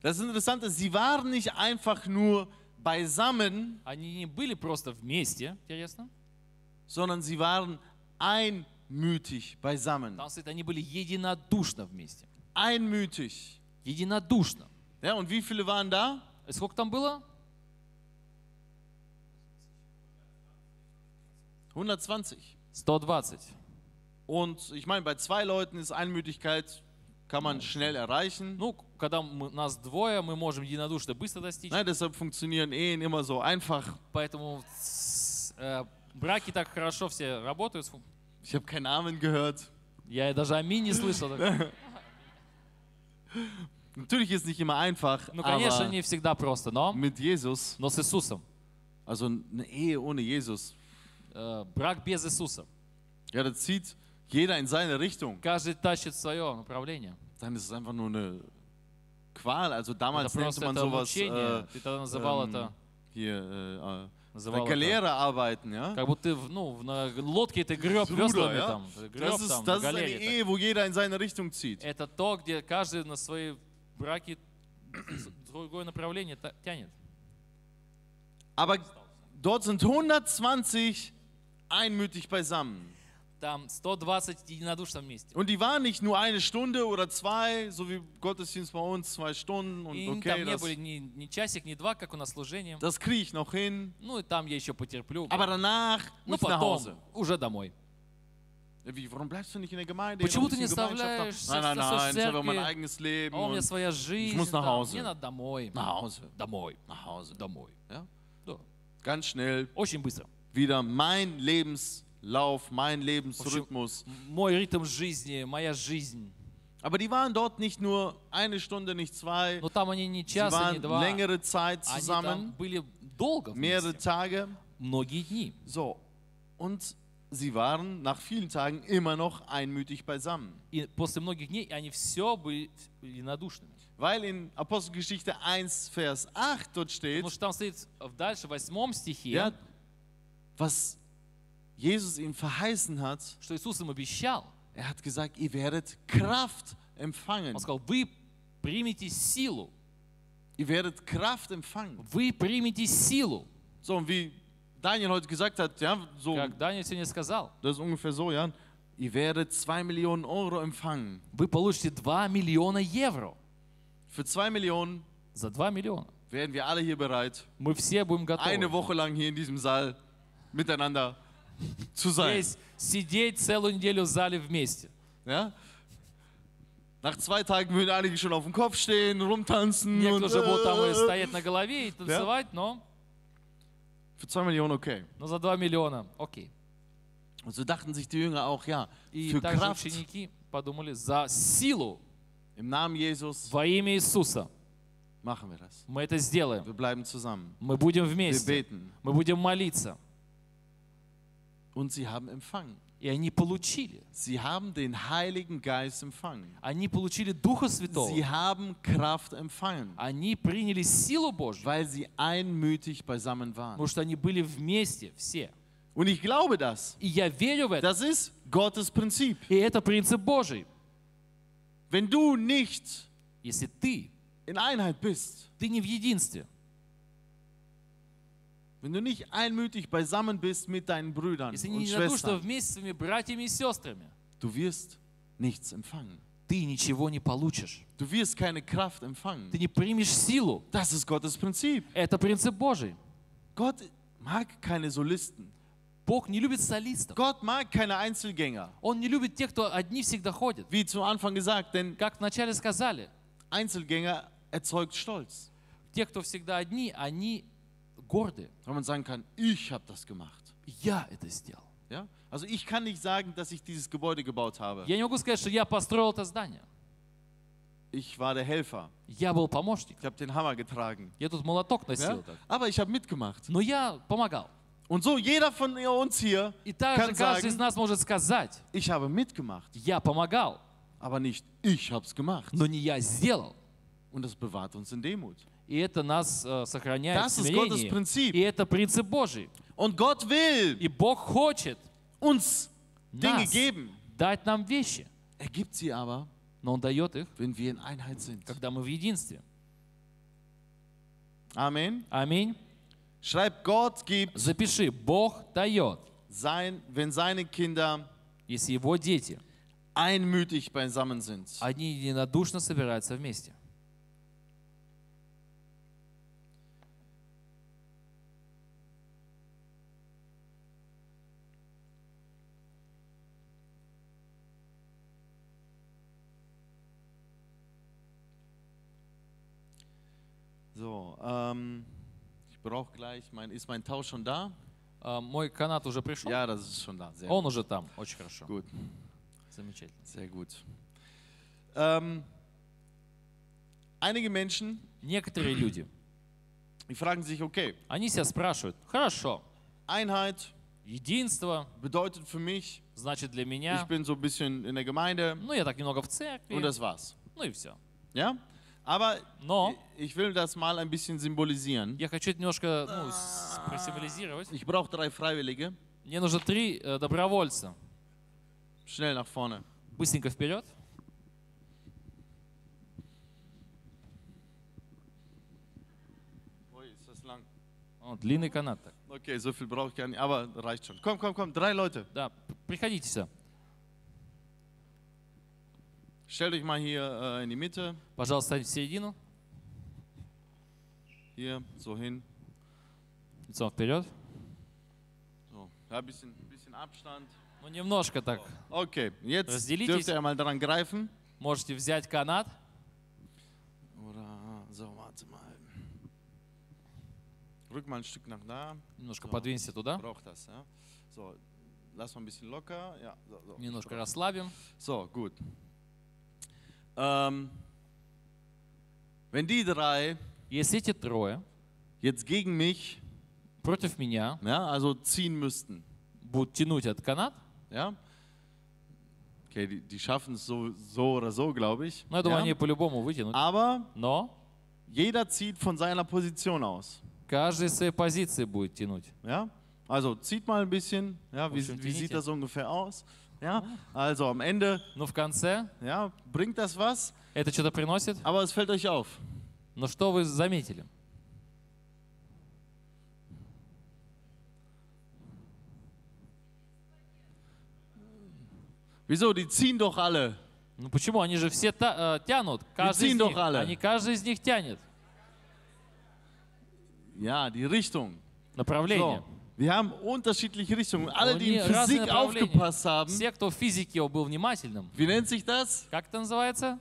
B: Das Interessante ist, sie waren nicht einfach nur beisammen,
A: Они не были просто вместе, интересно.
B: sondern sie waren einmütig beisammen.
A: Там стоит, они были единодушно вместе.
B: Einmütig.
A: Единодушно.
B: Ja, und wie viele waren da?
A: И сколько там было?
B: 120.
A: 120.
B: Und ich meine, bei zwei Leuten ist Einmütigkeit, kann man schnell erreichen.
A: Ну, когда мы- нас двое, мы можем единодушно быстро достичь.
B: Nein, deshalb funktionieren Ehen immer so einfach.
A: Поэтому с- э, браки так хорошо все работают. Фу,
B: Ich habe keinen Namen gehört.
A: Я и даже аминь не слышал. Ну,
B: Natürlich ist nicht immer einfach,
A: конечно,
B: aber
A: не всегда просто, но,
B: mit Jesus,
A: но с Иисусом.
B: also eine Ehe ohne Jesus,
A: Э, брак без Иисуса.
B: ja, da zieht jeder in seine Richtung.
A: Каждый тащит свое направление.
B: Dann ist es einfach nur eine Qual. Also damals
A: это
B: nannte
A: просто
B: man
A: это
B: sowas
A: мучение.
B: äh,
A: Ты тогда называл
B: ähm,
A: это,
B: hier äh, äh,
A: называл
B: bei
A: это-
B: Galera arbeiten, ja.
A: как будто ты в, ну, в- на лодке ты греб
B: Bruder,
A: веслами
B: ja?
A: там, ты греб
B: Das ist,
A: там на
B: das ist eine
A: галере. так.
B: Ehe, wo jeder in seine Richtung zieht.
A: Это то, где каждый на свои браки с- другое направление та- тянет.
B: Aber dort sind 120 einmütig beisammen.
A: Там 120 единодушно вместе.
B: Und die waren nicht nur eine Stunde oder zwei, so wie Gottesdienst bei uns, zwei Stunden und
A: И
B: okay,
A: там не
B: das,
A: были ни, ни часик, ни два, как у нас служение.
B: das kriege ich noch hin.
A: Ну и там я еще потерплю.
B: Aber danach
A: Ну
B: muss ich nach Hause.
A: потом уже домой.
B: Wie, warum bleibst du nicht in der Gemeinde?
A: Почему
B: Warum
A: ты
B: nicht
A: не
B: in der Gemeinschaft?
A: оставляешь
B: Nein, nein,
A: со- со
B: nein, ich habe
A: церкви?
B: mein eigenes Leben.
A: А у меня
B: Und
A: своя жизнь.
B: muss nach
A: там,
B: Hause.
A: Мне надо домой.
B: nach Hause,
A: Домой.
B: nach Hause.
A: Домой.
B: Ja?
A: Да.
B: Ganz schnell
A: Очень быстро.
B: wieder mein Lebenslauf, mein
A: общем,
B: Lebensrhythmus.
A: М- Мой ритм жизни, моя жизнь.
B: Aber die waren dort nicht nur eine Stunde, nicht zwei.
A: Но там они не
B: Sie
A: час, и не
B: waren
A: два. Они
B: längere Zeit
A: там
B: zusammen,
A: были долго
B: mehrere
A: вместе.
B: Tage.
A: Многие дни.
B: So, und sie waren nach vielen Tagen immer noch einmütig beisammen.
A: И после многих дней они все были единодушными.
B: Weil in Apostelgeschichte 1, Vers 8 dort steht,
A: Потому что там стоит в- дальше, в восьмом стихе,
B: ja, was Jesus ihm verheißen hat,
A: что Иисус им обещал.
B: er hat gesagt, ihr werdet Kraft empfangen.
A: Он сказал, вы примете силу.
B: Ihr werdet Kraft empfangen.
A: Вы примете силу.
B: So, und wie Daniel heute gesagt hat, ja, so,
A: Как Даниил сегодня сказал,
B: das ist ungefähr so, ja, ihr werdet 2 Millionen Euro empfangen.
A: вы получите 2 миллиона евро.
B: Für 2 Millionen
A: За 2 миллиона.
B: wären wir alle hier bereit,
A: Мы все будем
B: eine
A: готовы.
B: Woche lang hier in diesem Saal miteinander zu sein.
A: Здесь сидеть целую неделю в зале вместе.
B: Ja? Nach zwei Tagen würden einige schon auf dem Kopf stehen, rumtanzen. Und,
A: Некоторые уже будут там и
B: äh,
A: стоять на голове и танцевать, но,
B: für zwei Millionen okay.
A: но за 2 миллиона. Окей.
B: Und so dachten sich die Jünger auch, ja,
A: И
B: für
A: также
B: Kraft
A: ученики подумали, за силу
B: im Namen Jesus
A: во имя Иисуса
B: machen wir das.
A: мы это сделаем.
B: Wir bleiben zusammen.
A: Мы будем
B: Wir
A: вместе.
B: beten.
A: Мы будем молиться.
B: Und sie haben empfangen.
A: И они получили.
B: Sie haben den Heiligen Geist empfangen.
A: Они получили Духа Святого.
B: Sie haben Kraft empfangen,
A: Они приняли силу Божью,
B: weil sie einmütig beisammen waren.
A: потому что они были вместе все.
B: Und ich glaube das.
A: И я верю в это.
B: Das ist Gottes Prinzip.
A: И это принцип Божий.
B: Wenn du nicht
A: Если ты,
B: in Einheit bist,
A: ты не в единстве,
B: wenn du nicht einmütig beisammen bist mit deinen Brüdern
A: если не
B: und
A: единодушно
B: Schwestern,
A: вместе с своими братьями и сестрами,
B: du wirst nichts empfangen.
A: ты ничего не получишь.
B: Du wirst keine Kraft empfangen.
A: Ты не примешь силу.
B: Das ist Gottes Prinzip.
A: Это принцип Божий.
B: Gott mag keine Solisten.
A: Бог не любит солистов.
B: Gott mag keine Einzelgänger.
A: Он не любит тех, кто одни всегда ходит.
B: Wie zu Anfang gesagt, denn
A: Как вначале сказали,
B: Einzelgänger erzeugt Stolz.
A: те, кто всегда одни, они горды.
B: Wenn man sagen kann, ich habe das gemacht.
A: Я это сделал.
B: Ja? Also ich kann nicht sagen, dass ich dieses Gebäude gebaut habe.
A: Я не могу сказать, что я построил это здание.
B: Ich war der Helfer.
A: Я был помощник.
B: Ich habe den Hammer getragen.
A: Я тут молоток
B: Ja?
A: носил. так.
B: Aber ich habe mitgemacht.
A: Но я помогал.
B: Und so jeder von uns hier
A: И также
B: kann
A: каждый из
B: sagen,
A: нас может сказать,
B: ich habe mitgemacht,
A: я помогал,
B: aber nicht ich habe es gemacht.
A: но не я сделал.
B: Und das bewahrt uns in Demut.
A: И это нас э, сохраняет
B: Das
A: в
B: ist
A: смирении.
B: Gottes Prinzip.
A: И это принцип Божий.
B: Und Gott will
A: И Бог хочет
B: uns Dinge
A: Nas.
B: geben.
A: дать нам вещи,
B: Er gibt sie aber,
A: но Он дает их,
B: wenn wir in Einheit sind.
A: когда мы в единстве.
B: Amen.
A: Аминь.
B: Schreibt, Gott gibt
A: Запиши, Бог дает,
B: sein, wenn seine Kinder
A: если Его дети,
B: einmütig beisammen sind.
A: они единодушно собираются вместе.
B: So, ähm, ich brauche gleich, mein, ist mein Tau schon da? Oh.
A: А, Мой канат уже пришел.
B: Ja, das ist schon da. Sehr
A: Он уже там. Очень хорошо.
B: gut.
A: Замечательно.
B: Sehr gut. Ähm, einige Menschen,
A: Некоторые люди,
B: die fragen sich, okay,
A: они себя спрашивают, хорошо,
B: Einheit
A: единство,
B: bedeutet für mich,
A: значит для
B: ich
A: меня,
B: bin so ein bisschen in der Gemeinde
A: ну я так немного в
B: und
A: церкви,
B: das war's.
A: ну и все.
B: Ja? Aber
A: Но
B: ich will das mal ein bisschen symbolisieren.
A: я хочу это немножко ну, с- просимволизировать.
B: Ich brauche drei Freiwillige.
A: Мне нужно три э, добровольца.
B: Schnell nach vorne.
A: Быстренько вперед.
B: Ui, ist das lang.
A: О, длинный канат. так.
B: Okay, so viel brauche ich gar nicht, aber reicht schon. Komm, komm, komm, drei Leute.
A: Да, приходите сюда.
B: Stellt euch mal hier äh, in die Mitte,
A: Пожалуйста, станьте в середину,
B: hier so hin.
A: лицом вперед.
B: So, ja, ein bisschen, bisschen Abstand.
A: Ну, немножко так.
B: Okay, jetzt
A: Разделитесь.
B: dürft ihr mal dran greifen.
A: Можете взять канат.
B: Oder, so, warte mal. Rück mal ein Stück nach da.
A: Немножко
B: Да.
A: подвинься туда.
B: Braucht das, ja. So, lass mal ein bisschen locker. Ja, so, so.
A: Немножко расслабим.
B: so gut. Ähm, wenn die drei
A: Если эти трое
B: jetzt gegen mich,
A: против меня
B: ja, also ziehen müssten,
A: будут тянуть этот канат,
B: ja. Okay, die, die schaffen es so, so oder so, glaube ich.
A: ну, я думаю,
B: ja.
A: они по-любому вытянут.
B: Aber
A: Но
B: jeder zieht von seiner Position aus.
A: каждый с своей позиции будет тянуть.
B: Ja? Also zieht mal ein bisschen. Ja, wie,
A: Oh, Schön Ah.
B: wie
A: trainiert
B: sieht
A: ihr.
B: das ungefähr aus? Ja? Also am Ende
A: Но Ну, в конце
B: ja, bringt das was,
A: это что-то приносит.
B: aber es fällt euch auf.
A: Но что вы заметили?
B: Wieso? Die ziehen doch alle.
A: Ну почему? Они же все та- э, тянут. Каждый из
B: Медицин
A: них.
B: дохали.
A: Они каждый из них тянет.
B: Ja, die Richtung.
A: Направление.
B: So. Wir haben unterschiedliche Richtungen. Alle,
A: Und
B: die in
A: die Rassen
B: Physik
A: der Pauline.
B: aufgepasst haben,
A: Все, кто в физике был внимательным,
B: wie nennt sich das?
A: как это называется?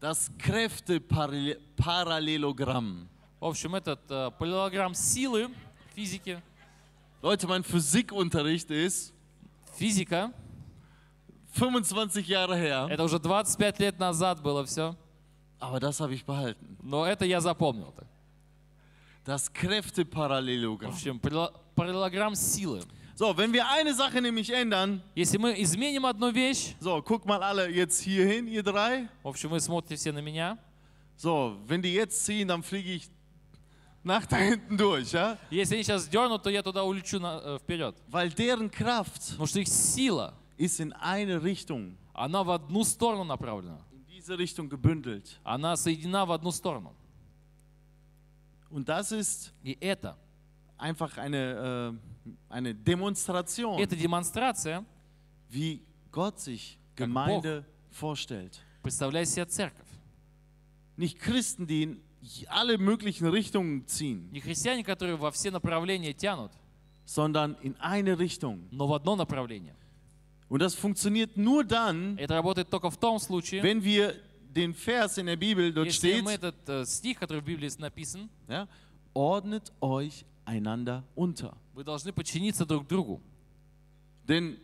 B: Das Kräfteparallelogramm.
A: В общем, этот э, параллелограмм силы физики.
B: Leute, mein Physikunterricht ist
A: Физика.
B: 25 Jahre her,
A: Это уже 25 лет назад было все.
B: aber das habe ich behalten.
A: Но это я запомнил. так.
B: Das
A: В
B: Kräfteparallelogramm.
A: общем, параллелограмм силы.
B: So, wenn wir eine Sache nämlich ändern,
A: Если мы изменим одну вещь,
B: so, guck mal alle jetzt hier hin, ihr drei.
A: в общем, вы смотрите все на меня.
B: So, wenn die jetzt ziehen, dann fliege ich nach da hinten durch, ja?
A: Если они сейчас дернут, то я туда улечу на- э, вперед.
B: Weil deren Kraft
A: Потому что их сила,
B: ist in eine Richtung,
A: она в одну сторону направлена.
B: in diese Richtung gebündelt.
A: Она соединена в одну сторону.
B: Und das ist
A: И это,
B: einfach eine, äh, eine Demonstration,
A: эта демонстрация
B: wie Gott sich
A: Как
B: Gemeinde vorstellt.
A: представляет себе церковь.
B: Nicht Christen, die in alle möglichen Richtungen ziehen,
A: Не христиане, которые во все направления тянут,
B: sondern in eine Richtung.
A: но в одно направление.
B: Und das funktioniert nur dann,
A: Это работает только в том случае,
B: wenn wir den Vers in der Bibel, dort
A: если мы
B: steht,
A: этот э, стих, который в Библии написан,
B: ja, ordnet euch einander unter.
A: вы должны подчиниться друг другу.
B: Denn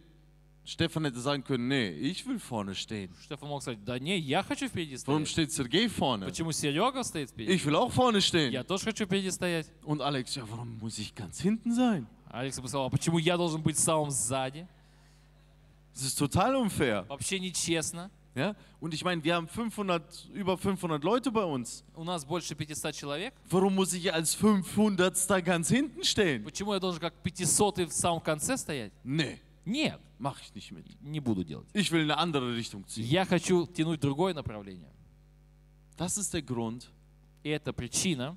B: Stefan hätte sagen können, nee, ich will vorne stehen.
A: Штефан мог сказать, да не, я хочу впереди
B: Warum
A: стоять.
B: steht Sergej vorne?
A: Почему Серега стоит впереди?
B: Ich will auch vorne
A: Я
B: stehen.
A: тоже хочу впереди стоять.
B: Und Alex, ja, warum muss ich ganz hinten sein?
A: Алекс бы сказал, а почему я должен быть самым сзади?
B: Das ist total unfair.
A: Вообще нечестно.
B: Ja? Und ich meine, wir haben 500, über 500 Leute bei uns.
A: У нас больше 500 человек.
B: Warum muss ich als 500. da ganz hinten stehen?
A: Почему я должен как 500 в самом конце стоять?
B: Nee,
A: Нет,
B: mach ich nicht mit.
A: не буду делать.
B: Ich will in eine andere Richtung ziehen.
A: Я хочу тянуть другое направление.
B: Das ist der Grund,
A: И это причина,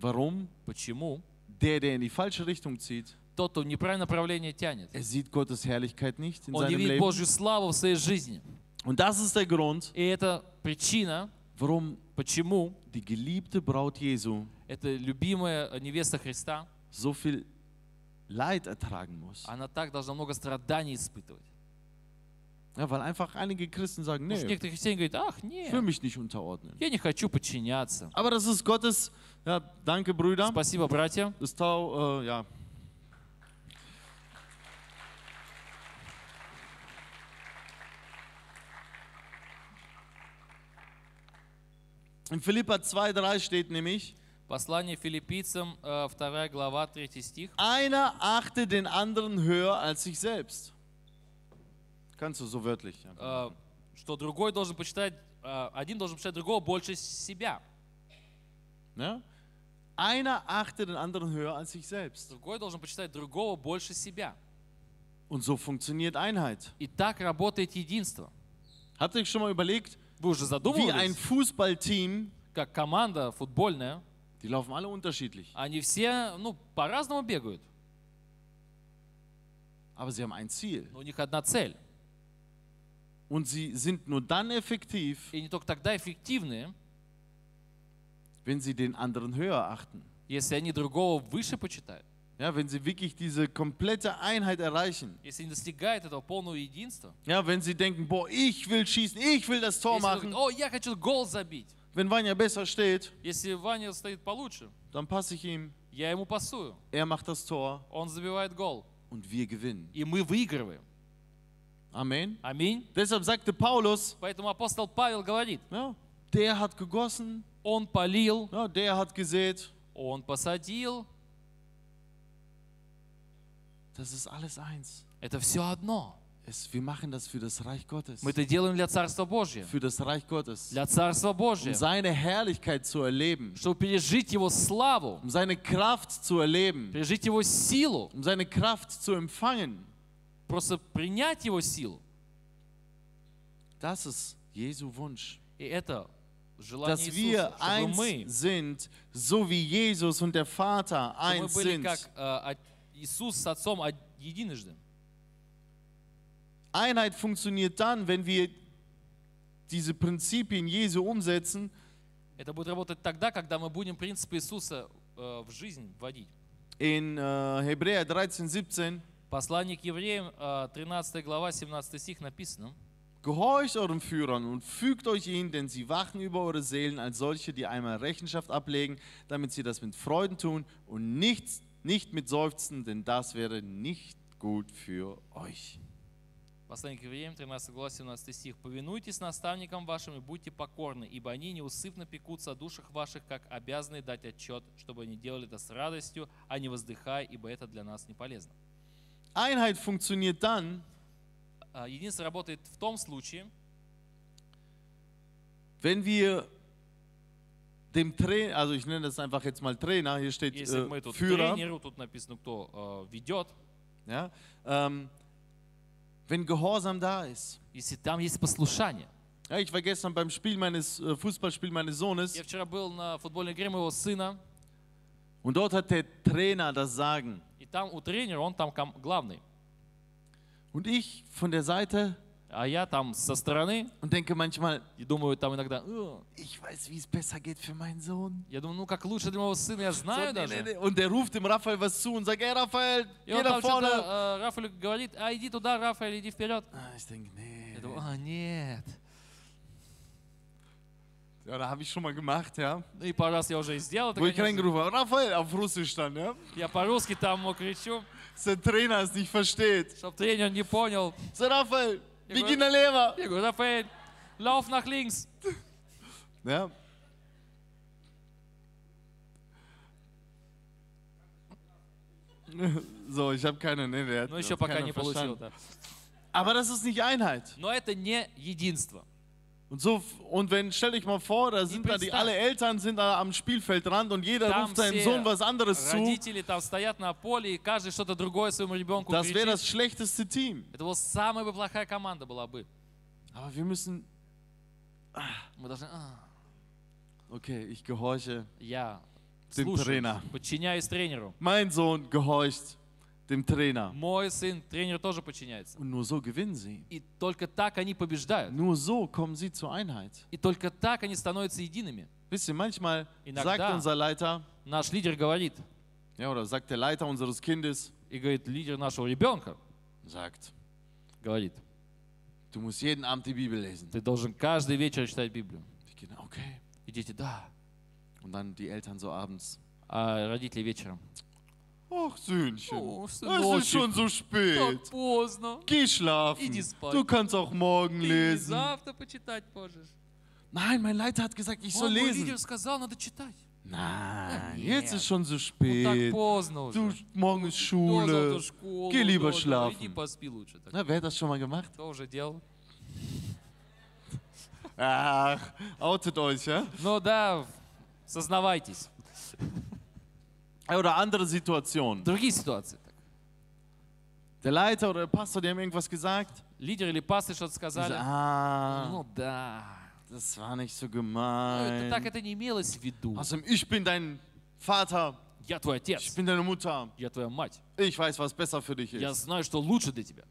B: warum
A: почему
B: der, der in die falsche Richtung zieht,
A: тот, кто в неправильное направление тянет.
B: er sieht Gottes Herrlichkeit nicht in
A: Он не
B: seinem
A: видит
B: Leben.
A: Божью славу в своей жизни.
B: Und das ist der Grund,
A: И это причина,
B: warum
A: почему
B: die geliebte Braut Jesu
A: эта любимая э, невеста Христа,
B: so viel Leid ertragen muss.
A: она так должна много страданий испытывать.
B: Ja, weil einfach einige Christen sagen,
A: Потому что
B: nee,
A: некоторые христиане говорят, ах,
B: ich will
A: нет,
B: mich nicht unterordnen.
A: я не хочу подчиняться.
B: Aber das ist Gottes, ja, danke Brüder,
A: Спасибо, братья.
B: das Tau, äh, ja. In Philippa 2,3 steht nämlich,
A: Послание филиппийцам, 2 глава, 3 стих.
B: einer achte den anderen höher als sich selbst. Kannst du so wörtlich. Ja.
A: Э, Что другой должен почитать, э, один должен почитать другого больше себя.
B: Ne? Einer achte den anderen höher als sich selbst.
A: Другой должен почитать другого больше себя.
B: Und so funktioniert Einheit.
A: И так работает единство.
B: Habt ihr euch schon mal überlegt,
A: Вы уже
B: wie ein
A: задумывались,
B: Fußballteam,
A: как команда футбольная,
B: die laufen alle unterschiedlich,
A: они все, ну, по-разному бегают,
B: aber sie haben ein Ziel.
A: но у них одна цель.
B: Und sie sind nur dann effektiv,
A: И не только тогда эффективны,
B: wenn sie den anderen höher achten.
A: если они другого выше почитают,
B: Ja, wenn sie wirklich diese komplette Einheit erreichen.
A: если не достигают этого полного единства.
B: Ja, wenn sie denken, boah, ich will schießen, ich will das Tor
A: Если он
B: machen.
A: говорит, о, я хочу гол забить.
B: Wenn Vanya besser steht,
A: Если Ваня стоит получше,
B: dann passe ich ihm.
A: я ему пасую.
B: Er macht das Tor
A: Он забивает гол.
B: und wir gewinnen.
A: И мы выигрываем.
B: Amen.
A: Аминь.
B: Deshalb sagte Paulus,
A: Поэтому апостол Павел говорит,
B: Ja, der hat gegossen,
A: он полил,
B: ja, der hat gesät.
A: он посадил.
B: Das ist alles eins.
A: Это все одно.
B: Es, wir machen das für das Reich Gottes.
A: Мы это делаем для Царства Божьего.
B: Für das Reich Gottes.
A: Для Царства
B: Um
A: Божьего.
B: seine Herrlichkeit zu erleben.
A: Чтобы пережить Его славу,
B: Um seine Kraft zu erleben.
A: пережить Его силу,
B: Um seine Kraft zu empfangen.
A: просто принять Его силу.
B: Das ist Jesu Wunsch.
A: И это желание
B: Dass
A: Иисуса,
B: wir
A: чтобы мы,
B: eins sind, so wie Jesus und der Vater
A: чтобы мы
B: eins
A: были
B: sind.
A: как э, от- Иисус с Отцом од- единожды.
B: Einheit funktioniert dann, wenn wir diese Prinzipien Jesu umsetzen
A: Это будет работать тогда, когда мы будем принципы Иисуса э, в жизнь вводить.
B: in äh, Hebräer 13, 17.
A: Послание к евреям, э, 13 глава, 17 стих написано.
B: Gehorcht euren Führern und fügt euch ihnen, denn sie wachen über eure Seelen als solche, die einmal Rechenschaft ablegen, damit sie das mit Freuden tun und nichts, nicht mit Seufzen, denn das wäre nicht gut für euch.
A: Послание к евреям, 13 глава, 17 стих. «Повинуйтесь наставникам вашим и будьте покорны, ибо они неусыпно пекутся о душах ваших, как обязаны дать отчет, чтобы они делали это с радостью, а не воздыхая, ибо это для нас не полезно».
B: Einheit funktioniert dann,
A: А, Единство работает в том случае,
B: wenn wir dem Trainer, also ich nenne das einfach jetzt mal Trainer, hier steht
A: если мы
B: äh,
A: тут
B: Führer,
A: тренеру, тут написано, кто э, ведет,
B: ja, ähm, wenn Gehorsam da ist.
A: если там есть послушание.
B: Ja, ich war gestern beim Spiel meines äh, Fußballspiel meines Sohnes
A: Я vчера был на футбольной игре моего сына,
B: und dort hat der Trainer das Sagen
A: и там у тренера, он там ком- главный.
B: und ich von der Seite
A: А я там со стороны
B: und denke manchmal,
A: и думаю там иногда, «Э,
B: ich weiß, wie es besser geht für meinen Sohn.
A: я думаю, ну как лучше для моего сына, я
B: So,
A: знаю
B: nee, nee,
A: даже.
B: nee. Und der ruft dem Raphael was zu und sagt, ey Raphael,
A: И
B: geh
A: он там
B: nach vorne.
A: что-то э, Рафаэлю говорит, а иди туда, Рафаэль, иди вперед.
B: Ah, ich denke, nee.
A: Я думаю, а нет.
B: Ja, da habe ich schon mal gemacht, ja.
A: Ну и пару раз я уже и сделал это,
B: Wo ich
A: конечно.
B: reingerufen habe, Raphael, auf Russisch dann, ja.
A: Я по-рusски там ему кричу,
B: Dass der Trainer es nicht versteht.
A: чтобы тренер не понял.
B: So, Raphael, wie
A: gut.
B: geht der Lehrer?
A: Я говорю, Рафаэль, лауф nach links.
B: Ja. So, ich habe keine, nee, der hat
A: Но еще
B: hat
A: Ну, пока
B: keiner
A: не получил.
B: verstanden.
A: Да.
B: Aber das ist nicht Einheit.
A: Но это не единство.
B: Und so, und wenn, stell dich mal vor, da sind da die,
A: Prinzipien.
B: alle Eltern sind da am Spielfeldrand und jeder
A: Там
B: ruft seinem
A: все
B: Sohn was anderes zu.
A: Родители там стоят на поле, и каждый что-то другое своему ребенку
B: Das wäre
A: кричит.
B: das schlechteste Team.
A: Это была самая бы плохая команда была бы.
B: Aber wir müssen,
A: Мы должны... «А,
B: okay, ich gehorche
A: Я
B: dem
A: слушаюсь,
B: Trainer.
A: подчиняюсь тренеру.
B: Mein Sohn gehorcht dem Trainer.
A: Мой сын, тренер тоже подчиняется.
B: Und nur so gewinnen sie.
A: И только так они побеждают.
B: Nur so kommen sie zur Einheit.
A: И только так они становятся едиными.
B: Wisst ihr, manchmal
A: Inakda.
B: sagt unser Leiter,
A: Nаш лидер говорит,
B: ja, oder sagt der Leiter unseres Kindes,
A: и говорит, лидер нашего ребенка
B: sagt,
A: говорит,
B: du musst jeden Abend die Bibel lesen.
A: ты должен каждый вечер читать Библию.
B: Die Kinder, okay.
A: И дети, да.
B: Und dann die Eltern so abends.
A: А родители вечером.
B: Ach, Söhnchen,
A: Oh,
B: es ist
A: Söhnchen.
B: schon so spät.
A: Так поздно.
B: Geh schlafen.
A: Idi spać.
B: Du kannst auch morgen
A: Ты и
B: lesen.
A: завтра почитать можешь.
B: Nein, mein Leiter hat gesagt, ich soll
A: Он, мой лидер
B: lesen.
A: сказал, надо читать. Ja,
B: Nein, jetzt
A: нет.
B: ist schon so
A: Ну так
B: spät.
A: поздно уже.
B: Du, morgen ist
A: До завтра
B: Schule.
A: школу,
B: Geh lieber
A: до завтра Иди
B: schlafen.
A: поспи лучше. Так,
B: Na, wer hat das schon mal gemacht?
A: Кто уже делал?
B: Ach, outet euch, ja?
A: Ну да, сознавайтесь.
B: Oder andere Situationen.
A: Другие ситуации. так.
B: Der Leiter oder der Pastor, die haben irgendwas gesagt.
A: Лидер или пасты что-то
B: Die so,
A: сказали.
B: ah,
A: Ну да.
B: das war nicht so
A: Ну, это так
B: gemeint.
A: это не имелось в виду.
B: Außerdem, ich bin dein Vater,
A: Я твой
B: ich
A: отец,
B: bin deine Mutter.
A: я твоя мать.
B: Ich weiß, was besser für dich
A: Я
B: ist.
A: знаю, что лучше для тебя.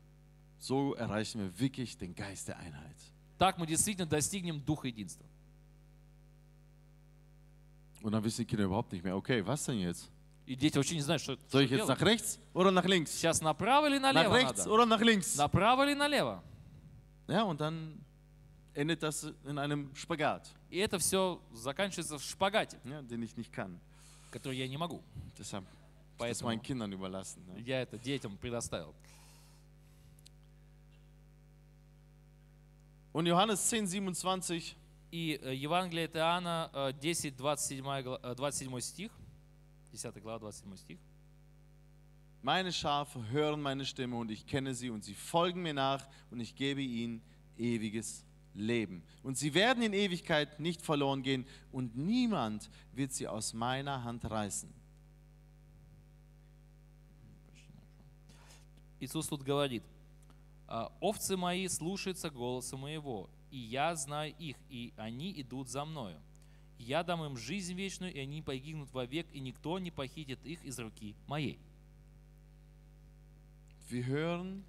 B: So erreichen wir wirklich den Geist der Einheit.
A: Так мы действительно достигнем духа единства.
B: Und dann wissen die Kinder überhaupt nicht mehr, okay, was denn jetzt?
A: И дети вообще не знают, что
B: Soll
A: что
B: ich jetzt
A: делать.
B: nach rechts oder nach links?
A: Сейчас направо или
B: Nach
A: налево
B: rechts
A: надо?
B: oder nach links?
A: Направо или налево?
B: Ja, und dann endet das in einem Spagat,
A: И это все заканчивается в шпагате,
B: ja, den ich nicht kann.
A: который я не могу.
B: Deshalb hab ich das
A: Поэтому
B: meinen Kindern überlassen. Ja.
A: я это детям предоставил.
B: Und Johannes 10, 27,
A: И э, Евангелие от Иоанна э, 10, 27, гла- э, 27 стих, 10 глава, 27 стих.
B: meine Schafe hören meine Stimme und ich kenne sie und sie folgen mir nach und ich gebe ihnen ewiges Leben. Und sie werden in Ewigkeit nicht verloren gehen und niemand wird sie aus meiner Hand reißen.
A: Иисус тут говорит, а, «Овцы мои слушаются голоса моего, и я знаю их, и они идут за мною. Я дам им жизнь вечную, и они не погибнут вовек, и никто не похитит их из руки моей».
B: Wir hören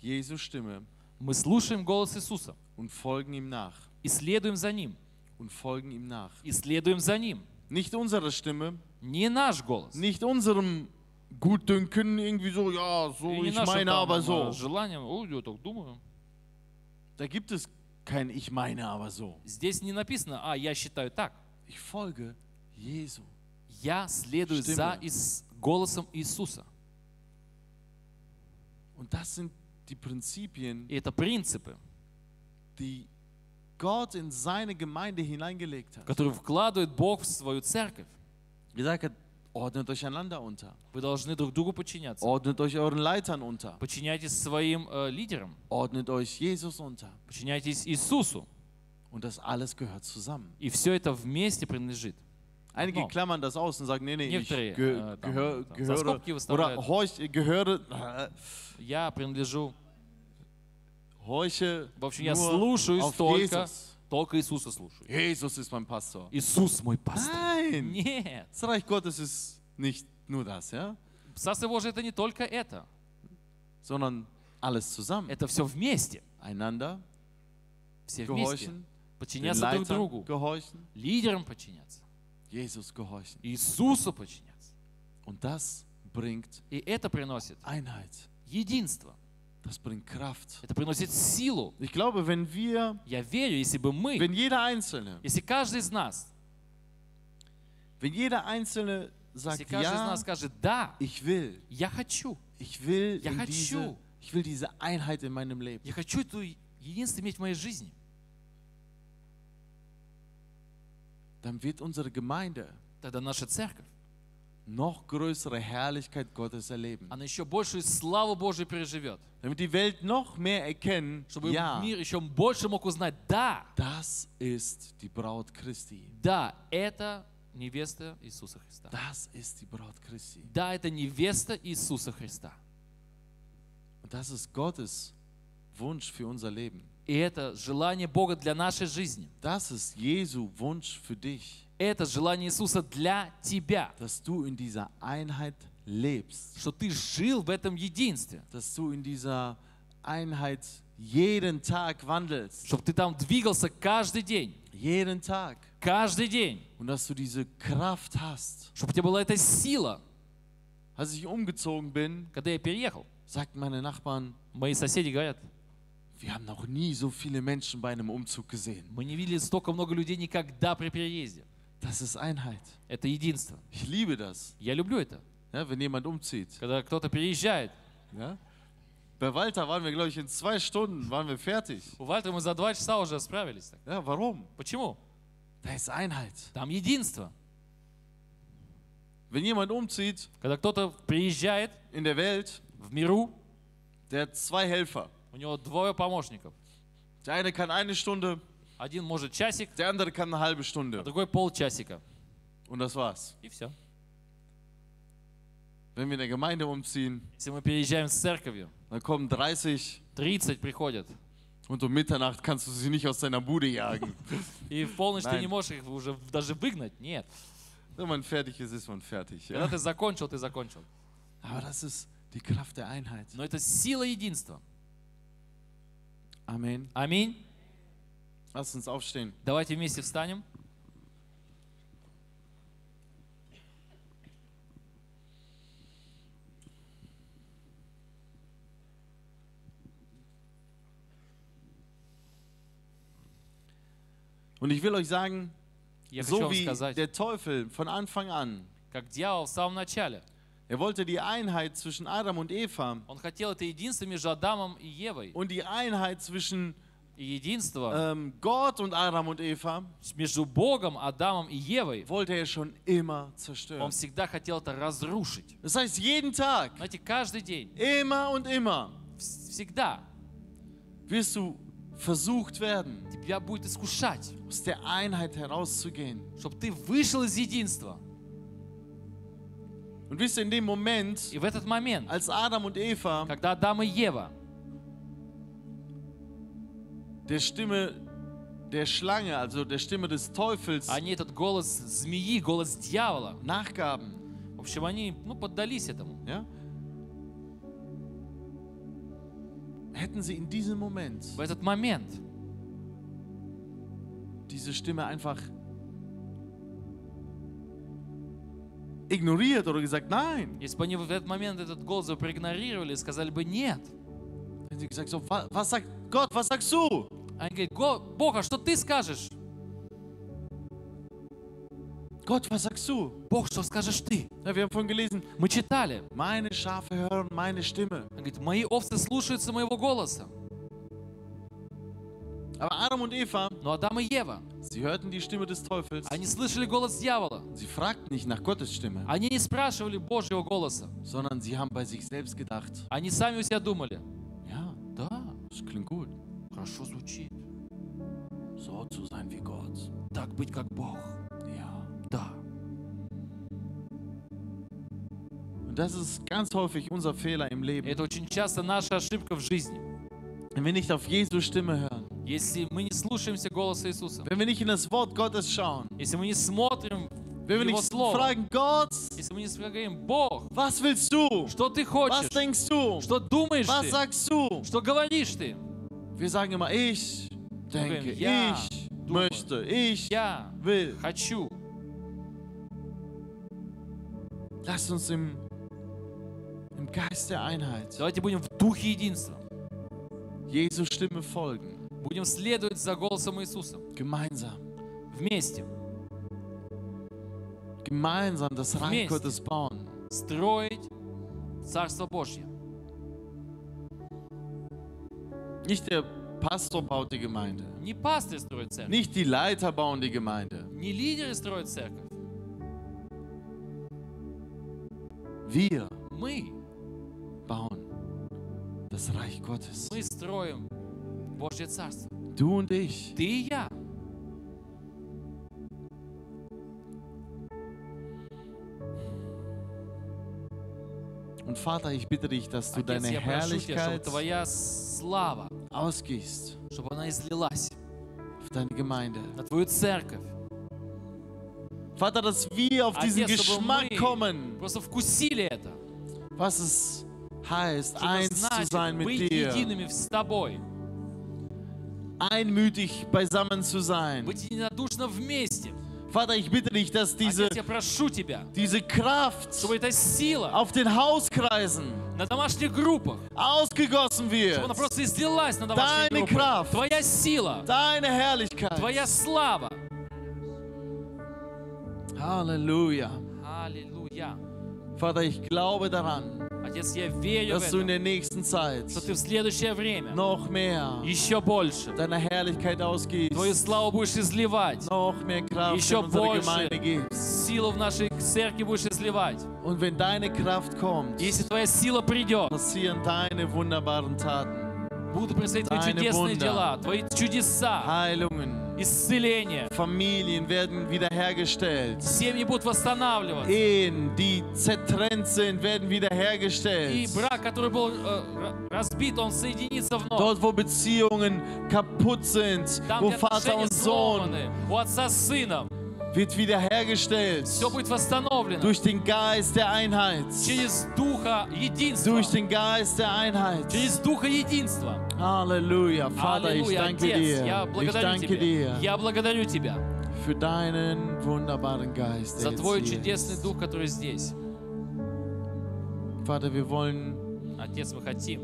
B: Jesu Stimme
A: Мы слушаем голос Иисуса
B: und folgen ihm nach
A: и следуем за Ним,
B: und folgen ihm nach.
A: и следуем за Ним.
B: Nicht unserer Stimme,
A: Не наш голос, и
B: nicht unserem Gutdünken irgendwie so, ja, so
A: не
B: ich
A: наше
B: meine,
A: там,
B: aber
A: э,
B: so.
A: желание, «О, я так думаю.
B: Da gibt es kein ich meine, aber so.
A: Здесь не написано, а я считаю так.
B: Ich folge Jesu.
A: Я следую
B: Stimme.
A: за Ис- голосом Иисуса.
B: Und das sind die Prinzipien,
A: И это принципы,
B: die Gott in seine Gemeinde hineingelegt hat.
A: которые вкладывает Бог в свою церковь.
B: Gesagt hat, ordnet euch einander unter,
A: Вы должны друг другу подчиняться.
B: ordnet euch euren Leitern unter,
A: Подчиняйтесь своим э, лидерам,
B: ordnet euch Jesus unter.
A: подчиняйтесь Иисусу.
B: Und das alles gehört zusammen.
A: И все это вместе принадлежит.
B: Einige
A: No.
B: klammern das aus und sagen, nee, nee, ich
A: Некоторые,
B: ge
A: äh, там,
B: gehör,
A: там,
B: gehöre
A: Zaskopki выставляют.
B: oder horch, gehöre, äh,
A: Я принадлежу,
B: horche
A: в общем, я
B: nur
A: слушаюсь
B: auf
A: только,
B: Jesus.
A: только Иисуса слушаю.
B: Jesus ist mein Pastor.
A: Иисус мой пастор.
B: Nein,
A: Нет,
B: das Reich Gottes ist nicht nur das, ja,
A: Царство Божие это не только это.
B: sondern alles zusammen.
A: Это все вместе.
B: Einander
A: Все вместе.
B: gehorchen, den
A: Подчиняться друг
B: Leitern
A: другу.
B: gehorchen,
A: Лидерам подчиняться.
B: Jesus gehorchen.
A: Иисусу подчиняться.
B: Und das bringt
A: И это приносит
B: Einheit,
A: единство.
B: das bringt Kraft.
A: Это приносит силу.
B: Ich glaube, wenn wir,
A: Я верю, если бы мы,
B: wenn jeder Einzelne,
A: если каждый из нас,
B: wenn jeder Einzelne
A: если
B: sagt,
A: каждый из
B: ja,
A: нас скажет «Да,
B: ich will,
A: я хочу,
B: Ich will,
A: Ja,
B: in
A: хочу.
B: diese, ich will diese Einheit in meinem Leben.
A: я хочу эту единство иметь в моей жизни»,
B: Dann wird unsere Gemeinde
A: тогда наша церковь,
B: noch größere Herrlichkeit Gottes erleben.
A: она еще большую славу Божию переживет,
B: Damit die Welt noch mehr erkennen,
A: чтобы
B: ja,
A: мир еще больше мог узнать «Да,
B: das ist die Braut Christi.
A: да, это невеста Иисуса Христа».
B: Das ist die Braut Christi.
A: Да, это невеста Иисуса Христа.
B: Und das ist Gottes Wunsch für unser Leben.
A: И это желание Бога для нашей жизни.
B: Das ist Jesu Wunsch für dich,
A: Это желание Иисуса для тебя,
B: dass du in dieser Einheit lebst,
A: что ты жил в этом единстве,
B: dass du in dieser Einheit jeden Tag wandelst.
A: чтобы ты там двигался каждый день,
B: Jeden Tag.
A: каждый день,
B: und dass du diese Kraft hast.
A: чтобы у тебя была эта сила.
B: Als ich umgezogen bin,
A: Когда я переехал,
B: sagten meine Nachbarn,
A: мои соседи говорят,
B: wir haben noch nie so viele Menschen bei einem Umzug gesehen.
A: мы не видели столько много людей никогда при переезде.
B: Das ist Einheit.
A: Это единство.
B: Ich liebe das,
A: Я люблю это,
B: ja, wenn jemand umzieht.
A: когда кто-то переезжает.
B: Ja? Bei Walter waren wir, glaube ich, in zwei Stunden waren wir fertig.
A: У Вальтера мы за два часа уже справились. так.
B: Ja, warum?
A: Почему?
B: Da ist Einheit.
A: Там единство.
B: Wenn jemand umzieht
A: Когда кто-то приезжает
B: in der Welt,
A: в миру,
B: der hat zwei Helfer.
A: у него двое помощников.
B: Der eine kann eine Stunde,
A: Один может часик,
B: der andere kann eine halbe
A: а
B: Stunde.
A: другой полчасика.
B: Und das war's.
A: И все.
B: Wenn wir in der Gemeinde umziehen,
A: Если мы переезжаем с церковью,
B: dann kommen 30
A: 30 приходят.
B: Und um Mitternacht kannst du sie nicht aus deiner Bude jagen.
A: И в полночь ты
B: Nein.
A: не можешь их уже даже выгнать. Нет.
B: Wenn man fertig ist, ist man fertig.
A: Когда
B: Ja?
A: ты закончил, ты закончил.
B: Aber das ist die Kraft der Einheit.
A: Но это сила единства.
B: Amen.
A: Аминь.
B: Lass uns aufstehen.
A: Давайте вместе встанем.
B: Und ich will euch sagen,
A: Я хочу
B: so
A: вам
B: wie
A: сказать,
B: der Teufel von Anfang an,
A: как дьявол в самом начале,
B: er wollte die Einheit zwischen Adam und Eva
A: он хотел это единство между Адамом и Евой.
B: und die Einheit zwischen
A: И единство
B: ähm, Gott und Adam und Eva,
A: между Богом, Адамом и Евой,
B: wollte er schon immer
A: он
B: zerstören.
A: всегда хотел это разрушить.
B: Das heißt, jeden Tag,
A: Знаете, каждый день,
B: immer und immer,
A: вс- всегда
B: wirst du versucht werden,
A: тебя будет искушать,
B: aus der Einheit herauszugehen.
A: чтобы ты вышел из единства.
B: Und wisst ihr, in dem Moment,
A: И в этот момент,
B: als Adam und Eva
A: когда Адам и Ева
B: der Stimme der Schlange, also der Stimme des Teufels,
A: они этот голос змеи, голос дьявола.
B: nachgaben,
A: В общем, они ну, поддались этому.
B: ja? hätten sie in diesem Moment
A: В этот момент
B: diese Stimme einfach ignoriert oder gesagt, nein.
A: Если бы они в этот момент этот голос бы проигнорировали и сказали бы «нет»,
B: Hätten sie gesagt, so, "Wa- was sagt Gott, was sagst du?
A: они говорят «Го- «Бог, а что ты скажешь?»
B: Gott, was sagst du?
A: Бог, что скажешь ты?
B: Ja, wir haben vorhin gelesen,
A: Мы читали.
B: meine Schafe hören meine Stimme.
A: Он говорит, мои овцы слушаются моего голоса.
B: Aber Adam und Eva,
A: Но Адам и Ева,
B: sie hörten die Stimme des Teufels.
A: они слышали голос дьявола.
B: Sie fragten nicht nach Gottes Stimme,
A: Они не спрашивали Божьего голоса.
B: sondern sie haben bei sich selbst gedacht,
A: Они сами у себя думали.
B: ja,
A: Да,
B: das klingt gut,
A: хорошо звучит.
B: so zu sein wie Gott.
A: Так быть, как Бог.
B: Ja.
A: Да.
B: Und das ist ganz häufig unser Fehler im
A: И
B: Leben.
A: это очень часто наша ошибка в жизни.
B: Wenn wir nicht auf Jesu Stimme hören,
A: Если мы не слушаемся голоса Иисуса,
B: wenn wir nicht in das Wort Gottes schauen,
A: если мы не смотрим в
B: wenn wir
A: Его
B: nicht
A: Слово,
B: fragen, Gott,
A: если мы не говорим, Бог,
B: was willst du?
A: что ты
B: Was
A: хочешь,
B: denkst du?
A: что думаешь
B: Was
A: ты,
B: sagst du?
A: что говоришь ты,
B: Wir sagen immer, ich denke,
A: Okay, ja,
B: ich
A: du.
B: möchte, ich
A: я
B: will.
A: хочу.
B: Lasst uns im, im Geist der Einheit
A: Давайте будем в духе единства.
B: Jesu Stimme folgen,
A: Будем следовать за голосом Иисуса.
B: gemeinsam,
A: Вместе
B: gemeinsam das
A: Mist.
B: Reich Gottes bauen.
A: строить Царство Божье.
B: Nicht der Pastor baut die Gemeinde,
A: Не пастырь строит церковь,
B: nicht die Leiter bauen die Gemeinde.
A: не лидеры строят церковь.
B: Wir
A: Мы,
B: bauen das Reich Gottes.
A: мы строим Божье Царство.
B: Du und ich.
A: Ты и я.
B: Und Vater, ich bitte dich, dass du
A: Отец,
B: deine
A: я прошу тебя, чтобы
B: Herrlichkeit
A: твоя слава,
B: ausgießt
A: чтобы она излилась
B: auf deine Gemeinde.
A: на твою церковь.
B: Vater, dass wir auf diesen
A: Отец, чтобы
B: Geschmack
A: мы
B: kommen,
A: просто вкусили это,
B: was es heißt,
A: что
B: eins zu
A: значит
B: sein mit
A: быть
B: dir,
A: едиными с тобой,
B: einmütig beisammen zu sein.
A: быть единодушно вместе.
B: Vater, ich bitte dich, dass diese,
A: Отец, я прошу тебя,
B: diese Kraft
A: чтобы эта сила
B: auf den Hauskreisen
A: на домашних группах,
B: ausgegossen
A: чтобы она
B: wird.
A: просто излилась на домашних
B: Deine
A: группах.
B: Kraft.
A: Твоя сила,
B: Deine Herrlichkeit.
A: твоя слава.
B: Halleluja.
A: Аллилуйя.
B: Vater, ich glaube daran,
A: Отец, я верю в
B: dass du in
A: это,
B: der nächsten Zeit
A: что ты в следующее время
B: noch mehr
A: еще больше
B: deiner Herrlichkeit
A: твою
B: ausgehst,
A: славу будешь изливать,
B: noch mehr Kraft in
A: еще
B: unsere
A: больше
B: Gemeinde gibst.
A: силу в нашей церкви будешь изливать.
B: Und wenn deine Kraft kommt,
A: Если твоя сила придет,
B: passieren deine wunderbaren Taten,
A: будут происходить твои
B: Deine
A: чудесные
B: Wunder.
A: дела, твои чудеса,
B: А Heilungen,
A: исцеления.
B: Familien werden wiederhergestellt,
A: Семьи будут восстанавливаться.
B: Ehen, die zertrennt sind, werden
A: И
B: wiederhergestellt.
A: брак, который был э, ра- разбит, он соединится вновь.
B: Dort, wo Beziehungen kaputt sind,
A: Там,
B: wo
A: где
B: Vater
A: отношения
B: und Sohn
A: сломаны, у отца с сыном,
B: wird wiederhergestellt
A: все будет восстановлено
B: durch den Geist der Einheit,
A: через Духа единства.
B: durch den Geist der Einheit.
A: Через Духа единства.
B: Halleluja, Vater, ich
A: Аллилуйя,
B: danke
A: Отец, я
B: dir. Ich
A: благодарю
B: danke
A: Тебя.
B: dir
A: Я благодарю Тебя
B: für deinen wunderbaren Geist.
A: за
B: Der
A: Твой
B: jetzt hier
A: чудесный
B: ist.
A: Дух, который здесь.
B: Vater, wir wollen
A: Отец, мы хотим,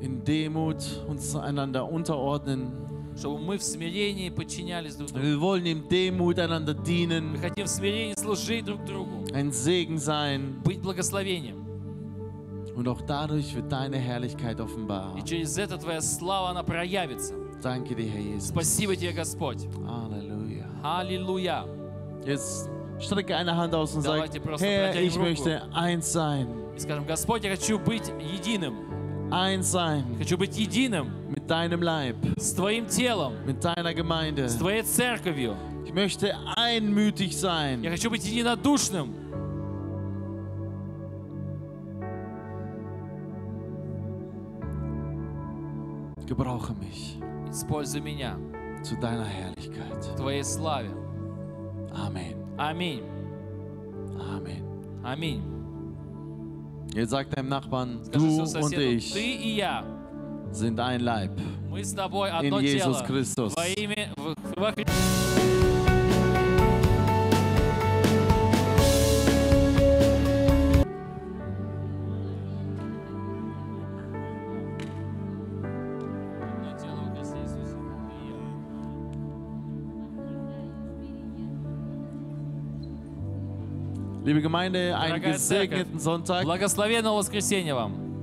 B: in Demut uns einander unterordnen.
A: чтобы мы в смирении подчинялись друг другу.
B: Wir wollen in Demut einander
A: Мы
B: dienen,
A: хотим в смирении служить друг другу,
B: ein Segen sein
A: быть благословением.
B: und auch dadurch wird deine Herrlichkeit offenbar.
A: И через это Твоя слава, она проявится.
B: Danke dir, Herr Jesus.
A: Спасибо Тебе, Господь.
B: Halleluja.
A: Аллилуйя.
B: Jetzt strecke eine Hand aus und sag,
A: Давайте просто
B: Herr,
A: протянем
B: ich
A: руку.
B: möchte eins sein,
A: И скажем, Господь, я хочу быть единым.
B: eins sein
A: Хочу быть единым
B: mit deinem Leib,
A: с Твоим телом,
B: mit deiner Gemeinde.
A: с Твоей церковью.
B: Ich möchte einmütig
A: Я
B: sein.
A: хочу быть единодушным.
B: Gebrauche mich
A: Используй меня
B: zu deiner Herrlichkeit.
A: в Твоей славе.
B: Amen.
A: Аминь.
B: Amen.
A: Аминь.
B: Jetzt sag deinem Nachbarn,
A: Скажи своему
B: du und
A: соседу,
B: ich
A: ты и я,
B: sind ein Leib.
A: мы с тобой одно
B: In Jesus
A: тело.
B: Christus.
A: Во имя... в- во Хри- Одно тело во Христе Иисусе, ты и я.
B: Liebe Gemeinde, einen
A: Дорогая церковь,
B: gesegneten Sonntag.
A: Благословенного воскресенья вам!